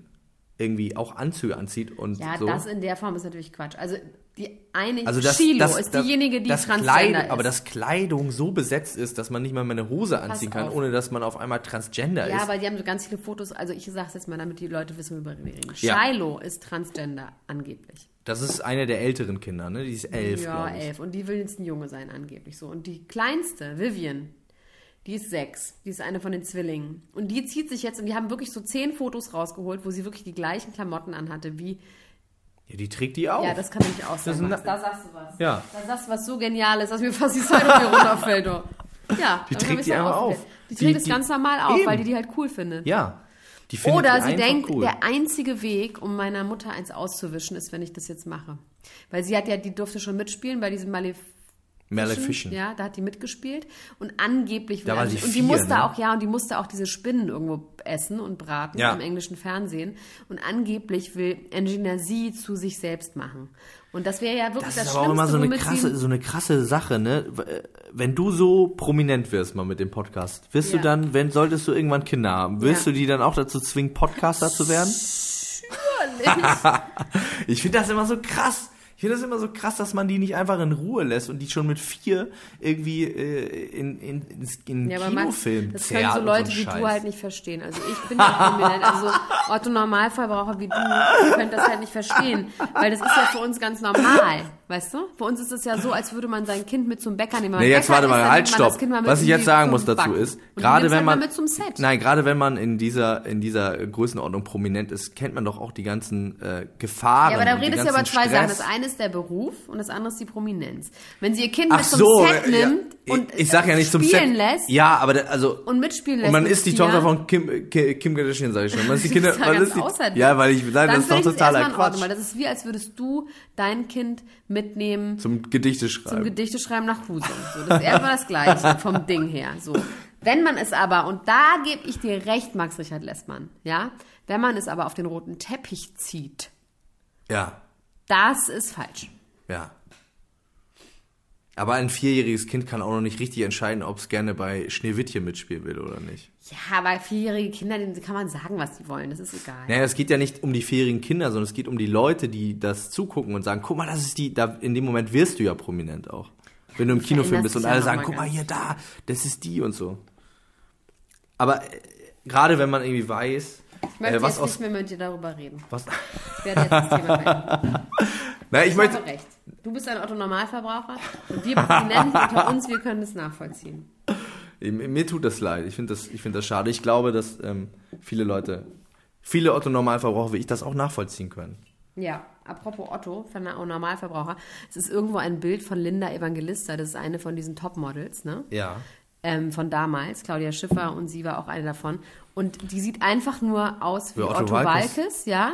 [SPEAKER 3] irgendwie auch Anzüge anzieht und
[SPEAKER 4] Ja,
[SPEAKER 3] so.
[SPEAKER 4] das in der Form ist natürlich Quatsch. Also die eine
[SPEAKER 3] also das,
[SPEAKER 4] Chilo
[SPEAKER 3] das,
[SPEAKER 4] ist
[SPEAKER 3] das,
[SPEAKER 4] diejenige, die
[SPEAKER 3] das
[SPEAKER 4] Transgender
[SPEAKER 3] Kleid-
[SPEAKER 4] ist.
[SPEAKER 3] Aber dass Kleidung so besetzt ist, dass man nicht mal mehr eine Hose anziehen kann,
[SPEAKER 4] auf.
[SPEAKER 3] ohne dass man auf einmal Transgender
[SPEAKER 4] ja,
[SPEAKER 3] ist.
[SPEAKER 4] aber die haben so ganz viele Fotos. Also ich sag's jetzt mal, damit die Leute wissen, worüber wir reden.
[SPEAKER 3] Ja.
[SPEAKER 4] Shiloh ist Transgender angeblich.
[SPEAKER 3] Das ist eine der älteren Kinder, ne? Die ist elf,
[SPEAKER 4] ja,
[SPEAKER 3] glaube ich.
[SPEAKER 4] elf. Und die will jetzt ein Junge sein angeblich so. Und die kleinste, Vivian, die ist sechs. Die ist eine von den Zwillingen. Und die zieht sich jetzt und die haben wirklich so zehn Fotos rausgeholt, wo sie wirklich die gleichen Klamotten anhatte wie
[SPEAKER 3] Ja, die trägt die auch.
[SPEAKER 4] Ja, das kann nämlich auch sein.
[SPEAKER 3] ist ein-
[SPEAKER 4] Max. Da sagst du was.
[SPEAKER 3] Ja.
[SPEAKER 4] Da sagst du was so Geniales, dass mir fast die Zeitung hier runterfällt. doch. Ja,
[SPEAKER 3] Die
[SPEAKER 4] darüber
[SPEAKER 3] trägt
[SPEAKER 4] bist
[SPEAKER 3] die
[SPEAKER 4] du
[SPEAKER 3] einfach
[SPEAKER 4] aufgeklärt.
[SPEAKER 3] auf.
[SPEAKER 4] Die
[SPEAKER 3] Die-
[SPEAKER 4] trägt das
[SPEAKER 3] die-
[SPEAKER 4] ganz normal auf, weil
[SPEAKER 3] Eben.
[SPEAKER 4] die die halt cool findet.
[SPEAKER 3] Ja. Die findet die
[SPEAKER 4] Oder sie
[SPEAKER 3] einfach
[SPEAKER 4] denkt,
[SPEAKER 3] cool.
[SPEAKER 4] der einzige Weg, um meiner Mutter eins auszuwischen, ist, wenn ich das jetzt mache. Weil sie hat ja, die durfte schon mitspielen bei diesem Malef
[SPEAKER 3] Maleficent.
[SPEAKER 4] Ja, da hat die mitgespielt und angeblich
[SPEAKER 3] Da war
[SPEAKER 4] und
[SPEAKER 3] sie
[SPEAKER 4] die
[SPEAKER 3] vier,
[SPEAKER 4] musste
[SPEAKER 3] ne?
[SPEAKER 4] auch ja und die musste auch diese Spinnen irgendwo essen und braten
[SPEAKER 3] Ja.
[SPEAKER 4] im englischen Fernsehen und angeblich will Angelina sie zu sich selbst machen. Und das wäre ja wirklich
[SPEAKER 3] Das,
[SPEAKER 4] das,
[SPEAKER 3] ist aber auch
[SPEAKER 4] Schlimmste,
[SPEAKER 3] immer so eine
[SPEAKER 4] womit
[SPEAKER 3] krasse,
[SPEAKER 4] sie,
[SPEAKER 3] so eine krasse Sache, ne? Äh, Wenn du so prominent wirst mal mit dem Podcast, wirst
[SPEAKER 4] Ja.
[SPEAKER 3] du dann, wenn solltest du irgendwann Kinder haben, wirst
[SPEAKER 4] Ja.
[SPEAKER 3] du die dann auch dazu zwingen, Podcaster zu werden? (laughs) ich finde das immer so krass. Ich finde das immer so krass, dass man die nicht einfach in Ruhe lässt und die schon mit vier irgendwie äh, in, in, ins- in
[SPEAKER 4] ja, aber Max,
[SPEAKER 3] Kinofilm
[SPEAKER 4] das können
[SPEAKER 3] zerrt
[SPEAKER 4] so
[SPEAKER 3] und
[SPEAKER 4] Leute
[SPEAKER 3] einen
[SPEAKER 4] wie
[SPEAKER 3] Scheiß.
[SPEAKER 4] du halt nicht verstehen. Also ich bin ja prominent, also Otto Normalverbraucher wie du könnt das halt nicht verstehen, weil das ist ja für uns ganz normal, weißt du? Für uns ist es ja so, als würde man sein Kind mit zum Bäcker nehmen. Wenn man
[SPEAKER 3] Nee, jetzt
[SPEAKER 4] Bäcker
[SPEAKER 3] warte
[SPEAKER 4] ist,
[SPEAKER 3] mal,
[SPEAKER 4] dann
[SPEAKER 3] halt,
[SPEAKER 4] nimmt man das
[SPEAKER 3] stopp.
[SPEAKER 4] Kind mal mit
[SPEAKER 3] Was ich
[SPEAKER 4] in die-
[SPEAKER 3] jetzt sagen
[SPEAKER 4] zum
[SPEAKER 3] muss dazu
[SPEAKER 4] Backen.
[SPEAKER 3] ist,
[SPEAKER 4] Und die
[SPEAKER 3] gerade
[SPEAKER 4] nimmt's
[SPEAKER 3] wenn
[SPEAKER 4] halt mal
[SPEAKER 3] man,
[SPEAKER 4] mit zum Set.
[SPEAKER 3] nein, gerade wenn man in dieser, in dieser Größenordnung prominent ist, kennt man doch auch die ganzen äh, Gefahren.
[SPEAKER 4] Ja, aber da
[SPEAKER 3] und die
[SPEAKER 4] redest du
[SPEAKER 3] ganzen
[SPEAKER 4] über zwei Sachen.
[SPEAKER 3] Stress.
[SPEAKER 4] Das eine ist der Beruf und das andere ist die Prominenz. Wenn sie ihr Kind
[SPEAKER 3] Ach
[SPEAKER 4] mit zum
[SPEAKER 3] so,
[SPEAKER 4] Set
[SPEAKER 3] ja,
[SPEAKER 4] nimmt
[SPEAKER 3] ich-
[SPEAKER 4] und äh,
[SPEAKER 3] ich sag ja nicht zum
[SPEAKER 4] spielen
[SPEAKER 3] Set.
[SPEAKER 4] lässt
[SPEAKER 3] Ja, aber da, also
[SPEAKER 4] und mitspielen lässt,
[SPEAKER 3] und man
[SPEAKER 4] mit
[SPEAKER 3] ist die
[SPEAKER 4] Tina,
[SPEAKER 3] Tochter von Kim, äh, Ki- Kim Kardashian, sag ich schon. Man
[SPEAKER 4] (laughs)
[SPEAKER 3] ist die
[SPEAKER 4] Du
[SPEAKER 3] Kinder,
[SPEAKER 4] bist da
[SPEAKER 3] man
[SPEAKER 4] ganz
[SPEAKER 3] ist die,
[SPEAKER 4] außer dir.
[SPEAKER 3] ja, weil ich nein,
[SPEAKER 4] dann
[SPEAKER 3] das ist doch
[SPEAKER 4] finde ich das
[SPEAKER 3] totaler
[SPEAKER 4] erstmal in Ordnung,
[SPEAKER 3] Quatsch.
[SPEAKER 4] weil das ist wie, als würdest du dein Kind mitnehmen zum,
[SPEAKER 3] Zum Gedichte schreiben.
[SPEAKER 4] Gedichte schreiben nach Husum. So, das ist erstmal
[SPEAKER 3] (laughs)
[SPEAKER 4] das Gleiche vom Ding her. So. Wenn man es aber, und da gebe ich dir recht, Max Richard Lessmann, ja, wenn man es aber auf den roten Teppich zieht,
[SPEAKER 3] ja,
[SPEAKER 4] das ist falsch.
[SPEAKER 3] ja. Aber ein vierjähriges Kind kann auch noch nicht richtig entscheiden, ob es gerne bei Schneewittchen mitspielen will oder nicht.
[SPEAKER 4] Ja, aber vierjährige Kinder, denen kann man sagen, was die wollen. Das ist egal.
[SPEAKER 3] Naja, es geht ja nicht um die fähigen Kinder, sondern es geht um die Leute, die das zugucken und sagen, guck mal, das ist die, da, in dem Moment wirst du ja prominent auch. Wenn du im Kinofilm bist
[SPEAKER 4] veränderst
[SPEAKER 3] und
[SPEAKER 4] dich ja
[SPEAKER 3] alle
[SPEAKER 4] noch
[SPEAKER 3] sagen,
[SPEAKER 4] mal
[SPEAKER 3] guck mal
[SPEAKER 4] ganz.
[SPEAKER 3] hier, da, das ist die und so. Aber äh, gerade wenn man irgendwie weiß,
[SPEAKER 4] Ich möchte
[SPEAKER 3] äh, was
[SPEAKER 4] jetzt
[SPEAKER 3] aus...
[SPEAKER 4] nicht mehr mit dir darüber reden.
[SPEAKER 3] Was, (laughs)
[SPEAKER 4] Ich werde jetzt das Thema beenden.
[SPEAKER 3] na, ich
[SPEAKER 4] Ich
[SPEAKER 3] möchte,
[SPEAKER 4] habe recht. Du bist ein Otto-Normalverbraucher und wir Prominenten unter uns, wir können das nachvollziehen.
[SPEAKER 3] Mir mir tut das leid. Ich finde das, ich find das schade. Ich glaube, dass ähm, viele Leute, viele Otto-Normalverbraucher wie ich das auch nachvollziehen können.
[SPEAKER 4] Ja, apropos Otto, von der Normalverbraucher. Es ist irgendwo ein Bild von Linda Evangelista, das ist eine von diesen Topmodels, ne?
[SPEAKER 3] Ja.
[SPEAKER 4] Ähm, von damals, Claudia Schiffer und sie war auch eine davon. Und die sieht einfach nur aus wie
[SPEAKER 3] Ja,
[SPEAKER 4] Otto,
[SPEAKER 3] Otto
[SPEAKER 4] Walkes,
[SPEAKER 3] Walkes. (laughs)
[SPEAKER 4] ja.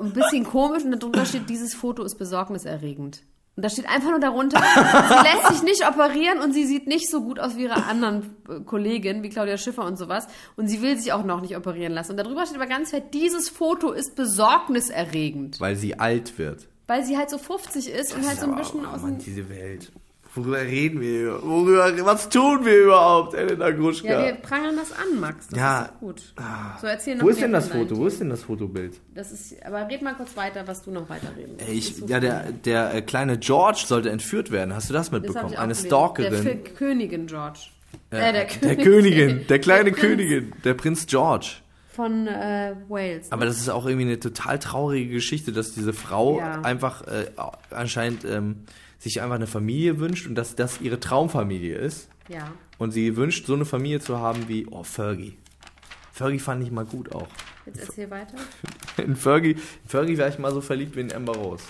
[SPEAKER 4] Ein bisschen komisch und darunter steht, dieses Foto ist besorgniserregend. Und da steht einfach nur darunter,
[SPEAKER 3] (laughs)
[SPEAKER 4] sie lässt sich nicht operieren und sie sieht nicht so gut aus wie ihre anderen äh, Kolleginnen, wie Claudia Schiffer und sowas. Und sie will sich auch noch nicht operieren lassen. Und darüber steht aber ganz fett, dieses Foto ist besorgniserregend.
[SPEAKER 3] Weil sie alt wird.
[SPEAKER 4] Weil sie halt so 50 ist und halt so ein bisschen
[SPEAKER 3] oh
[SPEAKER 4] aus
[SPEAKER 3] Mann,
[SPEAKER 4] dem
[SPEAKER 3] diese Welt. Worüber reden wir? hier? Worüber, was tun wir überhaupt, Elena Gruschka?
[SPEAKER 4] Ja, wir prangern das an, Max. Das
[SPEAKER 3] Ja. Ah.
[SPEAKER 4] ist doch gut. So, erzähl noch
[SPEAKER 3] Wo ist
[SPEAKER 4] mehr
[SPEAKER 3] denn das
[SPEAKER 4] von deinen
[SPEAKER 3] Foto? Wo ist denn das Fotobild?
[SPEAKER 4] Das ist, aber red mal kurz weiter, was du noch weiterreden willst.
[SPEAKER 3] Ich,
[SPEAKER 4] Das ist
[SPEAKER 3] ja,
[SPEAKER 4] so
[SPEAKER 3] der, der äh, kleine George sollte entführt werden. Hast du das
[SPEAKER 4] Das hab
[SPEAKER 3] mitbekommen?
[SPEAKER 4] ich auch
[SPEAKER 3] Eine
[SPEAKER 4] gelesen.
[SPEAKER 3] Stalkerin.
[SPEAKER 4] Der Fi- Königin George.
[SPEAKER 3] Äh,
[SPEAKER 4] Äh, der,
[SPEAKER 3] der
[SPEAKER 4] König-
[SPEAKER 3] Königin. Der kleine
[SPEAKER 4] Prinz
[SPEAKER 3] Königin. Der Prinz George.
[SPEAKER 4] Von äh, Wales.
[SPEAKER 3] Aber das ist auch irgendwie eine total traurige Geschichte, dass diese Frau
[SPEAKER 4] Ja.
[SPEAKER 3] einfach äh, anscheinend ähm, sich einfach eine Familie wünscht und dass das ihre Traumfamilie ist.
[SPEAKER 4] ja.
[SPEAKER 3] Und sie wünscht, so eine Familie zu haben wie, oh, Fergie. Fergie fand ich mal gut auch. (laughs)
[SPEAKER 4] Jetzt erzähl weiter.
[SPEAKER 3] In Fergie, in Fergie wäre ich mal so verliebt wie in Amber Rose.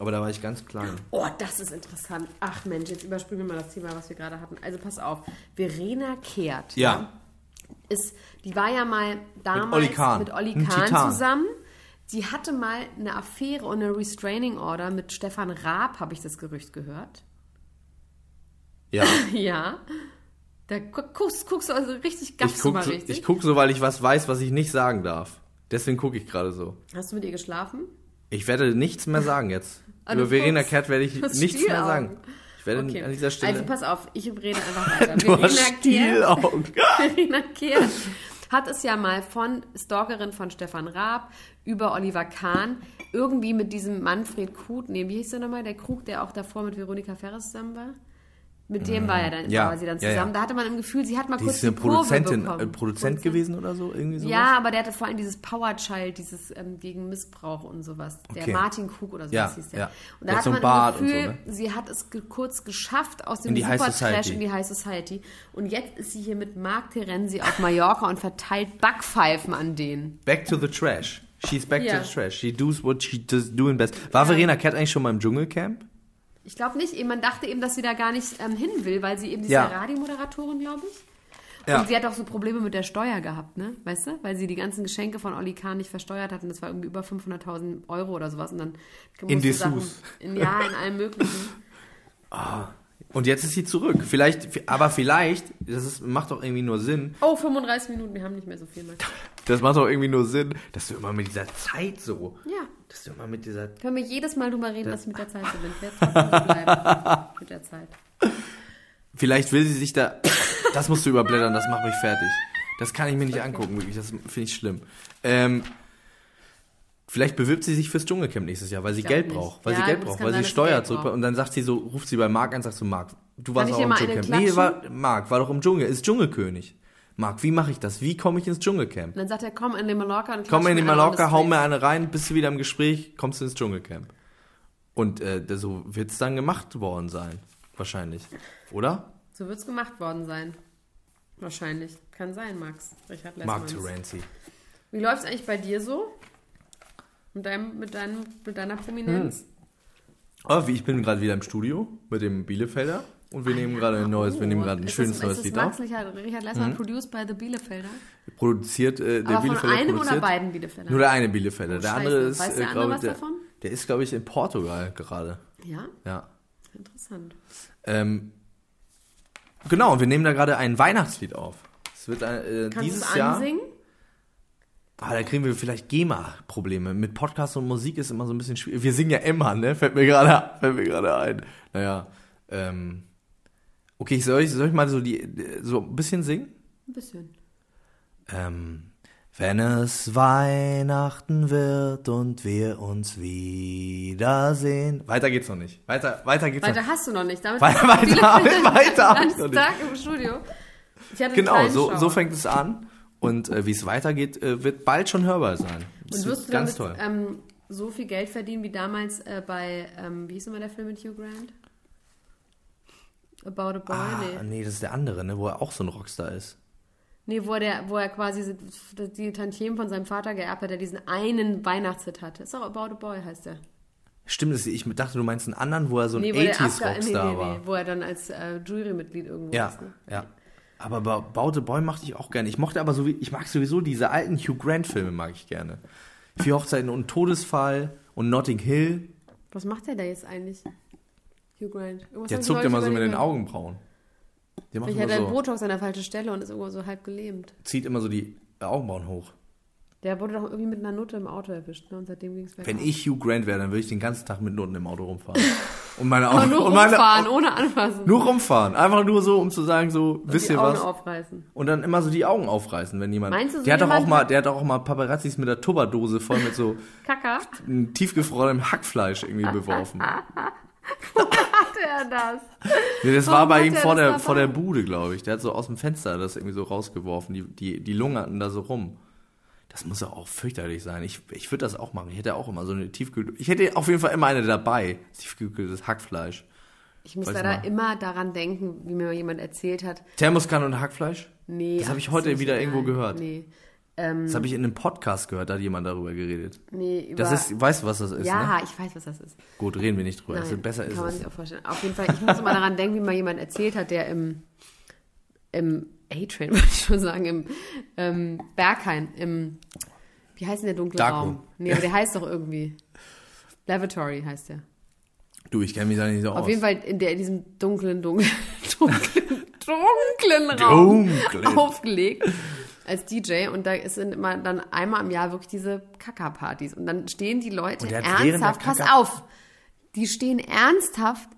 [SPEAKER 3] Aber da war ich ganz klein.
[SPEAKER 4] Oh, das ist interessant. Ach Mensch, jetzt überspringen wir mal das Thema, was wir gerade hatten. Also pass auf. Verena Kehrt. ne, Ist, die war ja mal damals
[SPEAKER 3] Olli Kahn.
[SPEAKER 4] mit Olli
[SPEAKER 3] Ein
[SPEAKER 4] Kahn
[SPEAKER 3] Titan.
[SPEAKER 4] zusammen. Die hatte mal eine Affäre und eine Restraining Order mit Stefan Raab, habe ich das Gerücht gehört. (laughs)
[SPEAKER 3] Ja.
[SPEAKER 4] Ja. Da gu- guckst, guckst du also richtig,
[SPEAKER 3] Ich
[SPEAKER 4] gaffst du
[SPEAKER 3] gucke
[SPEAKER 4] mal
[SPEAKER 3] so,
[SPEAKER 4] richtig.
[SPEAKER 3] ich guck so, weil ich was weiß, was ich nicht sagen darf. Deswegen gucke ich gerade so.
[SPEAKER 4] Hast du mit ihr geschlafen?
[SPEAKER 3] Ich werde nichts mehr sagen jetzt.
[SPEAKER 4] (laughs) Ah, du
[SPEAKER 3] Über Verena
[SPEAKER 4] guckst.
[SPEAKER 3] Kehrt werde ich
[SPEAKER 4] Du hast
[SPEAKER 3] nichts mehr
[SPEAKER 4] Stielaugen.
[SPEAKER 3] sagen. Ich werde an dieser Stelle.
[SPEAKER 4] Also pass auf, ich rede
[SPEAKER 3] (laughs)
[SPEAKER 4] einfach weiter.
[SPEAKER 3] du hast
[SPEAKER 4] Verena Kehrt-
[SPEAKER 3] Stielaugen.
[SPEAKER 4] (laughs) Verena Kehrt hat es ja mal von Stalkerin von Stefan Raab über Oliver Kahn irgendwie mit diesem Manfred Krug, nee, wie hieß der nochmal, der Krug, der auch davor mit Veronika Ferres zusammen war? Mit dem war ja dann,
[SPEAKER 3] Ja,
[SPEAKER 4] war sie dann
[SPEAKER 3] ja, ja.
[SPEAKER 4] zusammen. Da hatte man im Gefühl, sie hat mal
[SPEAKER 3] Die
[SPEAKER 4] kurz
[SPEAKER 3] ist
[SPEAKER 4] die
[SPEAKER 3] eine
[SPEAKER 4] Kurve
[SPEAKER 3] Produzentin,
[SPEAKER 4] bekommen.
[SPEAKER 3] äh, Produzent gewesen oder so? Irgendwie sowas?
[SPEAKER 4] Ja, aber der hatte vor allem dieses Power Child, dieses ähm, gegen Missbrauch und sowas. Der
[SPEAKER 3] Okay.
[SPEAKER 4] Martin Krug oder sowas
[SPEAKER 3] Ja,
[SPEAKER 4] hieß der.
[SPEAKER 3] ja.
[SPEAKER 4] Und
[SPEAKER 3] Der
[SPEAKER 4] da
[SPEAKER 3] hat
[SPEAKER 4] hatte
[SPEAKER 3] so einen
[SPEAKER 4] man das
[SPEAKER 3] Bart und so, ne?
[SPEAKER 4] Gefühl, sie hat es ge- kurz geschafft aus dem
[SPEAKER 3] In die High
[SPEAKER 4] Supertrash
[SPEAKER 3] Society.
[SPEAKER 4] in die High Society. Und jetzt ist sie hier mit Marc Terenzi auf Mallorca und verteilt Backpfeifen an denen.
[SPEAKER 3] Back to the trash. She's back
[SPEAKER 4] Ja.
[SPEAKER 3] to the trash. She does what she does doing best. War Verena Kehrt eigentlich schon mal im Dschungelcamp?
[SPEAKER 4] Ich glaube nicht, eben, man dachte eben, dass sie da gar nicht ähm, hin will, weil sie eben diese
[SPEAKER 3] Ja.
[SPEAKER 4] Radiomoderatorin, glaube ich.
[SPEAKER 3] Ja.
[SPEAKER 4] Und sie hat auch so Probleme mit der Steuer gehabt, ne? Weißt du? Weil sie die ganzen Geschenke von Olli Kahn nicht versteuert hat und das war irgendwie über 500.000 Euro oder sowas. Und dann musste Sachen-
[SPEAKER 3] Dessous.
[SPEAKER 4] In, ja, in allem Möglichen.
[SPEAKER 3] (laughs) Und jetzt ist sie zurück. Vielleicht, aber vielleicht, das ist, macht doch irgendwie nur Sinn.
[SPEAKER 4] Oh, 35 Minuten, wir haben nicht mehr so viel. Mehr.
[SPEAKER 3] Das macht doch irgendwie nur Sinn, dass du immer mit dieser Zeit so.
[SPEAKER 4] Ja.
[SPEAKER 3] Dass du immer mit dieser.
[SPEAKER 4] Können wir jedes Mal drüber reden, dass ich mit der Zeit so bin. Jetzt muss ich
[SPEAKER 3] (laughs)
[SPEAKER 4] bleiben. Mit der Zeit.
[SPEAKER 3] Vielleicht will sie sich da. Das musst du überblättern, das macht mich fertig. Das kann ich mir nicht angucken, wirklich. Das finde ich schlimm. Ähm, vielleicht bewirbt sie sich fürs Dschungelcamp nächstes Jahr, weil sie
[SPEAKER 4] glaub
[SPEAKER 3] Geld
[SPEAKER 4] nicht.
[SPEAKER 3] braucht. Weil
[SPEAKER 4] Ja,
[SPEAKER 3] sie Geld
[SPEAKER 4] gut, es
[SPEAKER 3] braucht,
[SPEAKER 4] kann
[SPEAKER 3] weil sie
[SPEAKER 4] sein, dass sie
[SPEAKER 3] Steuer
[SPEAKER 4] Geld
[SPEAKER 3] zurück.
[SPEAKER 4] braucht.
[SPEAKER 3] Und dann sagt sie so, ruft sie bei Marc an, sagt so, Marc, du warst
[SPEAKER 4] ich
[SPEAKER 3] auch
[SPEAKER 4] dir
[SPEAKER 3] im
[SPEAKER 4] mal eine
[SPEAKER 3] Dschungelcamp. Nee, war,
[SPEAKER 4] klatschen?
[SPEAKER 3] Marc, war doch im Dschungel, ist Dschungelkönig. Marc, wie mache ich das? Wie komme ich ins Dschungelcamp?
[SPEAKER 4] Und dann sagt er, komm in den Mallorca und
[SPEAKER 3] Komm
[SPEAKER 4] klatsch
[SPEAKER 3] in die
[SPEAKER 4] mir eine Runde
[SPEAKER 3] Mallorca, hau
[SPEAKER 4] Straight.
[SPEAKER 3] mir eine rein, bist du wieder im Gespräch, kommst du ins Dschungelcamp. Und äh, so wird es dann gemacht worden sein. Wahrscheinlich. Oder?
[SPEAKER 4] So wird's gemacht worden sein. Wahrscheinlich. Kann sein, Max. Richard
[SPEAKER 3] Mark
[SPEAKER 4] Lessmanns.
[SPEAKER 3] Terenzi.
[SPEAKER 4] Wie läuft's eigentlich bei dir so? Mit, deinem, mit, deinem, mit deiner
[SPEAKER 3] Hm.
[SPEAKER 4] Prominenz?
[SPEAKER 3] Oh, wie ich bin gerade wieder im Studio mit dem Bielefelder und wir nehmen gerade ein neues, wir nehmen gerade ein
[SPEAKER 4] Ah, Oh, Ist
[SPEAKER 3] schönes
[SPEAKER 4] das,
[SPEAKER 3] neues
[SPEAKER 4] ist das
[SPEAKER 3] Lied auf. Mhm.
[SPEAKER 4] Max Richard, Richard Lessmann, produced by the Bielefelder?
[SPEAKER 3] Produziert äh, der
[SPEAKER 4] Aber von
[SPEAKER 3] Bielefelder
[SPEAKER 4] einem
[SPEAKER 3] produziert.
[SPEAKER 4] oder beiden Bielefelder?
[SPEAKER 3] Nur der eine Bielefelder,
[SPEAKER 4] Oh,
[SPEAKER 3] der
[SPEAKER 4] scheiße.
[SPEAKER 3] andere ist
[SPEAKER 4] Weiß der
[SPEAKER 3] äh,
[SPEAKER 4] andere
[SPEAKER 3] glaube ich
[SPEAKER 4] was
[SPEAKER 3] der,
[SPEAKER 4] davon?
[SPEAKER 3] der ist glaube ich in Portugal gerade.
[SPEAKER 4] ja,
[SPEAKER 3] Ja.
[SPEAKER 4] interessant.
[SPEAKER 3] Ähm, genau, und wir nehmen da gerade ein Weihnachtslied auf. Es wird ein, äh,
[SPEAKER 4] Kannst du
[SPEAKER 3] dieses
[SPEAKER 4] es
[SPEAKER 3] Jahr
[SPEAKER 4] ansingen?
[SPEAKER 3] Ah, da kriegen wir vielleicht GEMA-Probleme. Mit Podcast und Musik ist immer so ein bisschen schwierig. Wir singen ja immer, ne? Fällt mir gerade, (laughs) fällt mir gerade ein. Naja, ähm. Okay, soll ich, soll ich mal so die, so ein bisschen singen?
[SPEAKER 4] Ein bisschen.
[SPEAKER 3] Ähm, wenn es Weihnachten wird und wir uns wiedersehen. Weiter geht's noch nicht. (laughs) Weiter, weiter geht's noch
[SPEAKER 4] Weiter hast du noch nicht. Damit
[SPEAKER 3] Weiter, weiter,
[SPEAKER 4] Bielefelder-
[SPEAKER 3] weiter hab ich noch nicht.
[SPEAKER 4] Landtag im Studio. Ich hatte einen
[SPEAKER 3] Genau,
[SPEAKER 4] kleinen
[SPEAKER 3] so,
[SPEAKER 4] Schauer.
[SPEAKER 3] so fängt es an. Und äh, wie es weitergeht, äh, wird bald schon hörbar sein.
[SPEAKER 4] Und
[SPEAKER 3] Das
[SPEAKER 4] wirst
[SPEAKER 3] wird
[SPEAKER 4] du
[SPEAKER 3] ganz toll.
[SPEAKER 4] damit Ähm, so viel Geld verdienen wie damals äh, bei, ähm, wie hieß nochmal der Film mit Hugh Grant? About a Boy?
[SPEAKER 3] Ah,
[SPEAKER 4] nee.
[SPEAKER 3] nee, das ist der andere, ne, wo er auch so ein Rockstar ist.
[SPEAKER 4] Nee, wo er, der, wo er quasi die Tantiemen von seinem Vater geerbt hat, der diesen einen Weihnachtshit hatte. Ist auch About a Boy, heißt der.
[SPEAKER 3] Stimmt, das- ich dachte, du meinst einen anderen, wo er so ein
[SPEAKER 4] Nee, wo, der After-
[SPEAKER 3] 80s-Rockstar war.
[SPEAKER 4] wo er dann als äh, Jurymitglied irgendwo
[SPEAKER 3] Ja,
[SPEAKER 4] ist. Ne?
[SPEAKER 3] ja. Aber Ba- Baute Boy mochte ich auch gerne. Ich mochte aber so, ich mag sowieso diese alten Hugh Grant-Filme, mag ich gerne. Vier Hochzeiten und Todesfall und Notting Hill.
[SPEAKER 4] Was macht der da jetzt eigentlich? Hugh Grant. Irgendwas
[SPEAKER 3] Der
[SPEAKER 4] hab ich
[SPEAKER 3] zuckt
[SPEAKER 4] neulich
[SPEAKER 3] immer so mit den
[SPEAKER 4] überlegt.
[SPEAKER 3] Augenbrauen. Der macht
[SPEAKER 4] Vielleicht hat
[SPEAKER 3] immer
[SPEAKER 4] er einen
[SPEAKER 3] so,
[SPEAKER 4] Botox an der falschen Stelle und ist irgendwo so halb gelähmt.
[SPEAKER 3] zieht immer so die Augenbrauen hoch.
[SPEAKER 4] Der wurde doch irgendwie mit einer Note im Auto erwischt, ne? Und seitdem ging es (laughs)
[SPEAKER 3] Wenn ich Hugh Grant wäre, dann würde ich den ganzen Tag mit Noten im Auto rumfahren. Und meine
[SPEAKER 4] Aber
[SPEAKER 3] Augen.
[SPEAKER 4] nur
[SPEAKER 3] und meine,
[SPEAKER 4] rumfahren, ohne anfassen.
[SPEAKER 3] Nur rumfahren. Einfach nur so, um zu sagen, so, wisst
[SPEAKER 4] die
[SPEAKER 3] ihr
[SPEAKER 4] Augen
[SPEAKER 3] was?
[SPEAKER 4] aufreißen.
[SPEAKER 3] Und dann immer so die Augen aufreißen, wenn jemand.
[SPEAKER 4] Meinst du, so
[SPEAKER 3] der hat doch auch
[SPEAKER 4] jemand-
[SPEAKER 3] mal, der hat doch auch mal Paparazzis mit der Tupperdose voll mit so (laughs)
[SPEAKER 4] Kaka.
[SPEAKER 3] einem tiefgefrorenem Hackfleisch irgendwie beworfen.
[SPEAKER 4] Hatte er das?
[SPEAKER 3] Nee, das
[SPEAKER 4] Warum
[SPEAKER 3] war bei
[SPEAKER 4] hat
[SPEAKER 3] ihm
[SPEAKER 4] er
[SPEAKER 3] vor
[SPEAKER 4] das
[SPEAKER 3] der,
[SPEAKER 4] dabei?
[SPEAKER 3] vor der Bude, glaube ich. Der hat so aus dem Fenster das irgendwie so rausgeworfen. Die, die, die lungerten da so rum. Das muss ja auch fürchterlich sein. Ich, ich würde das auch machen. Ich hätte auch immer so eine tiefgekühlte. Ich hätte auf jeden Fall immer eine dabei. Tiefgekühltes Hackfleisch.
[SPEAKER 4] Ich muss
[SPEAKER 3] Weiß
[SPEAKER 4] leider
[SPEAKER 3] mal.
[SPEAKER 4] immer daran denken, wie mir jemand erzählt hat.
[SPEAKER 3] Thermoskanne und Hackfleisch?
[SPEAKER 4] Nee. also
[SPEAKER 3] Das habe
[SPEAKER 4] ach,
[SPEAKER 3] ich heute
[SPEAKER 4] ist
[SPEAKER 3] wieder
[SPEAKER 4] egal.
[SPEAKER 3] irgendwo gehört.
[SPEAKER 4] Nee.
[SPEAKER 3] Das habe ich in einem Podcast gehört, da hat jemand darüber geredet.
[SPEAKER 4] Nee, über,
[SPEAKER 3] Das ist, weißt du, was das ist,
[SPEAKER 4] Ja,
[SPEAKER 3] ne?
[SPEAKER 4] ich weiß, was das ist.
[SPEAKER 3] Gut, reden wir nicht drüber.
[SPEAKER 4] Nein,
[SPEAKER 3] Also besser ist
[SPEAKER 4] kann man
[SPEAKER 3] es.
[SPEAKER 4] sich auch vorstellen. Auf jeden Fall, ich muss immer daran denken, wie mal jemand erzählt hat, der im, im A-Train, (laughs) wollte ich schon sagen, im ähm, Berghain, im, wie heißt denn der dunkle
[SPEAKER 3] Darkroom.
[SPEAKER 4] Raum? Nee,
[SPEAKER 3] (laughs)
[SPEAKER 4] aber der heißt doch irgendwie. Lavatory heißt der.
[SPEAKER 3] Du, ich kenne mich da nicht so aus.
[SPEAKER 4] Auf jeden Fall in, der, in diesem dunklen, dunklen, (laughs) dunklen, dunklen Raum
[SPEAKER 3] Dunklen.
[SPEAKER 4] aufgelegt als DJ und da ist sind immer dann einmal im Jahr wirklich diese Kaka-Partys und dann stehen die Leute
[SPEAKER 3] Und der hat während der
[SPEAKER 4] ernsthaft, pass
[SPEAKER 3] Kaka-
[SPEAKER 4] auf, die stehen ernsthaft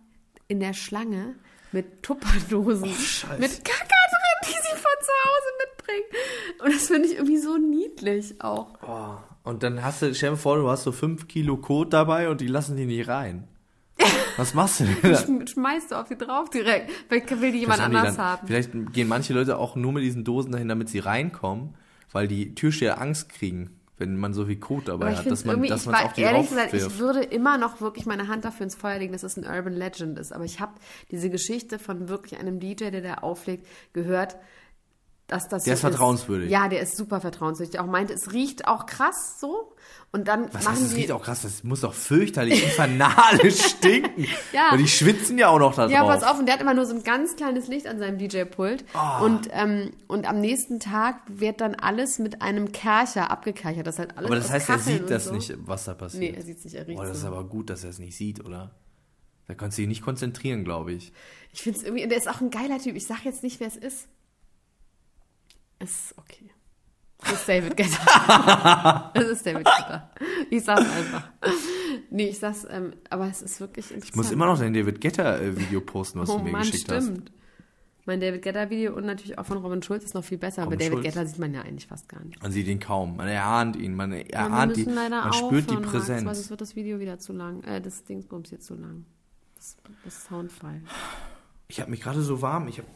[SPEAKER 4] in der Schlange mit Tupperdosen,
[SPEAKER 3] Oh, Scheiße.
[SPEAKER 4] mit Kaka drin, die sie von zu Hause mitbringen und das finde ich irgendwie so niedlich auch.
[SPEAKER 3] Oh, Und dann hast du, stell dir vor, du hast so 5 Kilo Kot dabei und die lassen die nicht
[SPEAKER 4] (laughs)
[SPEAKER 3] rein. Was machst du denn da?
[SPEAKER 4] Sch- Schmeißt du auf die drauf direkt, vielleicht will die jemand
[SPEAKER 3] Vielleicht haben die
[SPEAKER 4] anders
[SPEAKER 3] dann-
[SPEAKER 4] haben.
[SPEAKER 3] Vielleicht gehen manche Leute auch nur mit diesen Dosen dahin, damit sie reinkommen, weil die Türsteher Angst kriegen, wenn man so viel Kot dabei
[SPEAKER 4] Aber ich
[SPEAKER 3] hat, dass
[SPEAKER 4] finde
[SPEAKER 3] man
[SPEAKER 4] irgendwie,
[SPEAKER 3] dass
[SPEAKER 4] ich
[SPEAKER 3] man es auf
[SPEAKER 4] war
[SPEAKER 3] die
[SPEAKER 4] ehrlich gesagt, ich
[SPEAKER 3] raufwirft.
[SPEAKER 4] würde immer noch wirklich meine Hand dafür ins Feuer legen, dass es ein Urban Legend ist. Aber ich habe diese Geschichte von wirklich einem DJ, der da auflegt, gehört, dass das
[SPEAKER 3] Der
[SPEAKER 4] so
[SPEAKER 3] ist vertrauenswürdig.
[SPEAKER 4] Ja, der ist super vertrauenswürdig. Der auch meinte, es riecht auch krass so. Und dann
[SPEAKER 3] Was
[SPEAKER 4] machen
[SPEAKER 3] heißt, das
[SPEAKER 4] die,
[SPEAKER 3] riecht auch krass, das muss doch
[SPEAKER 4] (laughs)
[SPEAKER 3] fürchterlich infernale stinken.
[SPEAKER 4] Ja.
[SPEAKER 3] Weil die schwitzen ja auch noch da
[SPEAKER 4] Ja,
[SPEAKER 3] drauf. Ah.
[SPEAKER 4] pass auf, und der hat immer nur so ein ganz kleines Licht an seinem DJ-Pult. Und, ähm, und am nächsten Tag wird dann alles mit einem Kercher abgekerchert. Das halt alles
[SPEAKER 3] Aber das
[SPEAKER 4] aus
[SPEAKER 3] heißt, er
[SPEAKER 4] Kacheln
[SPEAKER 3] sieht
[SPEAKER 4] und
[SPEAKER 3] das
[SPEAKER 4] so.
[SPEAKER 3] nicht, was da passiert.
[SPEAKER 4] Nee, er sieht's nicht, er riecht's
[SPEAKER 3] Oh, das ist
[SPEAKER 4] nur.
[SPEAKER 3] aber gut, dass er es nicht sieht, oder? Da kannst du dich nicht konzentrieren, glaube ich.
[SPEAKER 4] Ich finde es irgendwie, und der ist auch ein geiler Typ. Ich sag jetzt nicht, wer es ist. Es ist okay. Das ist David Guetta.
[SPEAKER 3] (laughs)
[SPEAKER 4] Das ist David Guetta. Ich sag's einfach. Nee, ich sag's, ähm, aber es ist wirklich interessant.
[SPEAKER 3] Ich muss immer noch dein David Getter-Video posten, was
[SPEAKER 4] oh
[SPEAKER 3] du mir
[SPEAKER 4] Mann,
[SPEAKER 3] geschickt hast.
[SPEAKER 4] stimmt. Mein David Guetta-Video und natürlich auch von Robin Schulz ist noch viel besser. aber
[SPEAKER 3] Robin
[SPEAKER 4] David
[SPEAKER 3] Schulz.
[SPEAKER 4] Guetta sieht man ja eigentlich fast gar nicht.
[SPEAKER 3] Man sieht ihn kaum. Man erahnt ihn. Man
[SPEAKER 4] Aber
[SPEAKER 3] erahnt
[SPEAKER 4] wir
[SPEAKER 3] ihn.
[SPEAKER 4] müssen leider
[SPEAKER 3] Man
[SPEAKER 4] aufhören,
[SPEAKER 3] spürt die
[SPEAKER 4] Max, weil sonst
[SPEAKER 3] Präsenz.
[SPEAKER 4] wird das Video wieder zu lang. Äh, das Dingsbums hier zu lang. Das, das Soundfile.
[SPEAKER 3] Ich habe mich gerade so warm. Ich hab,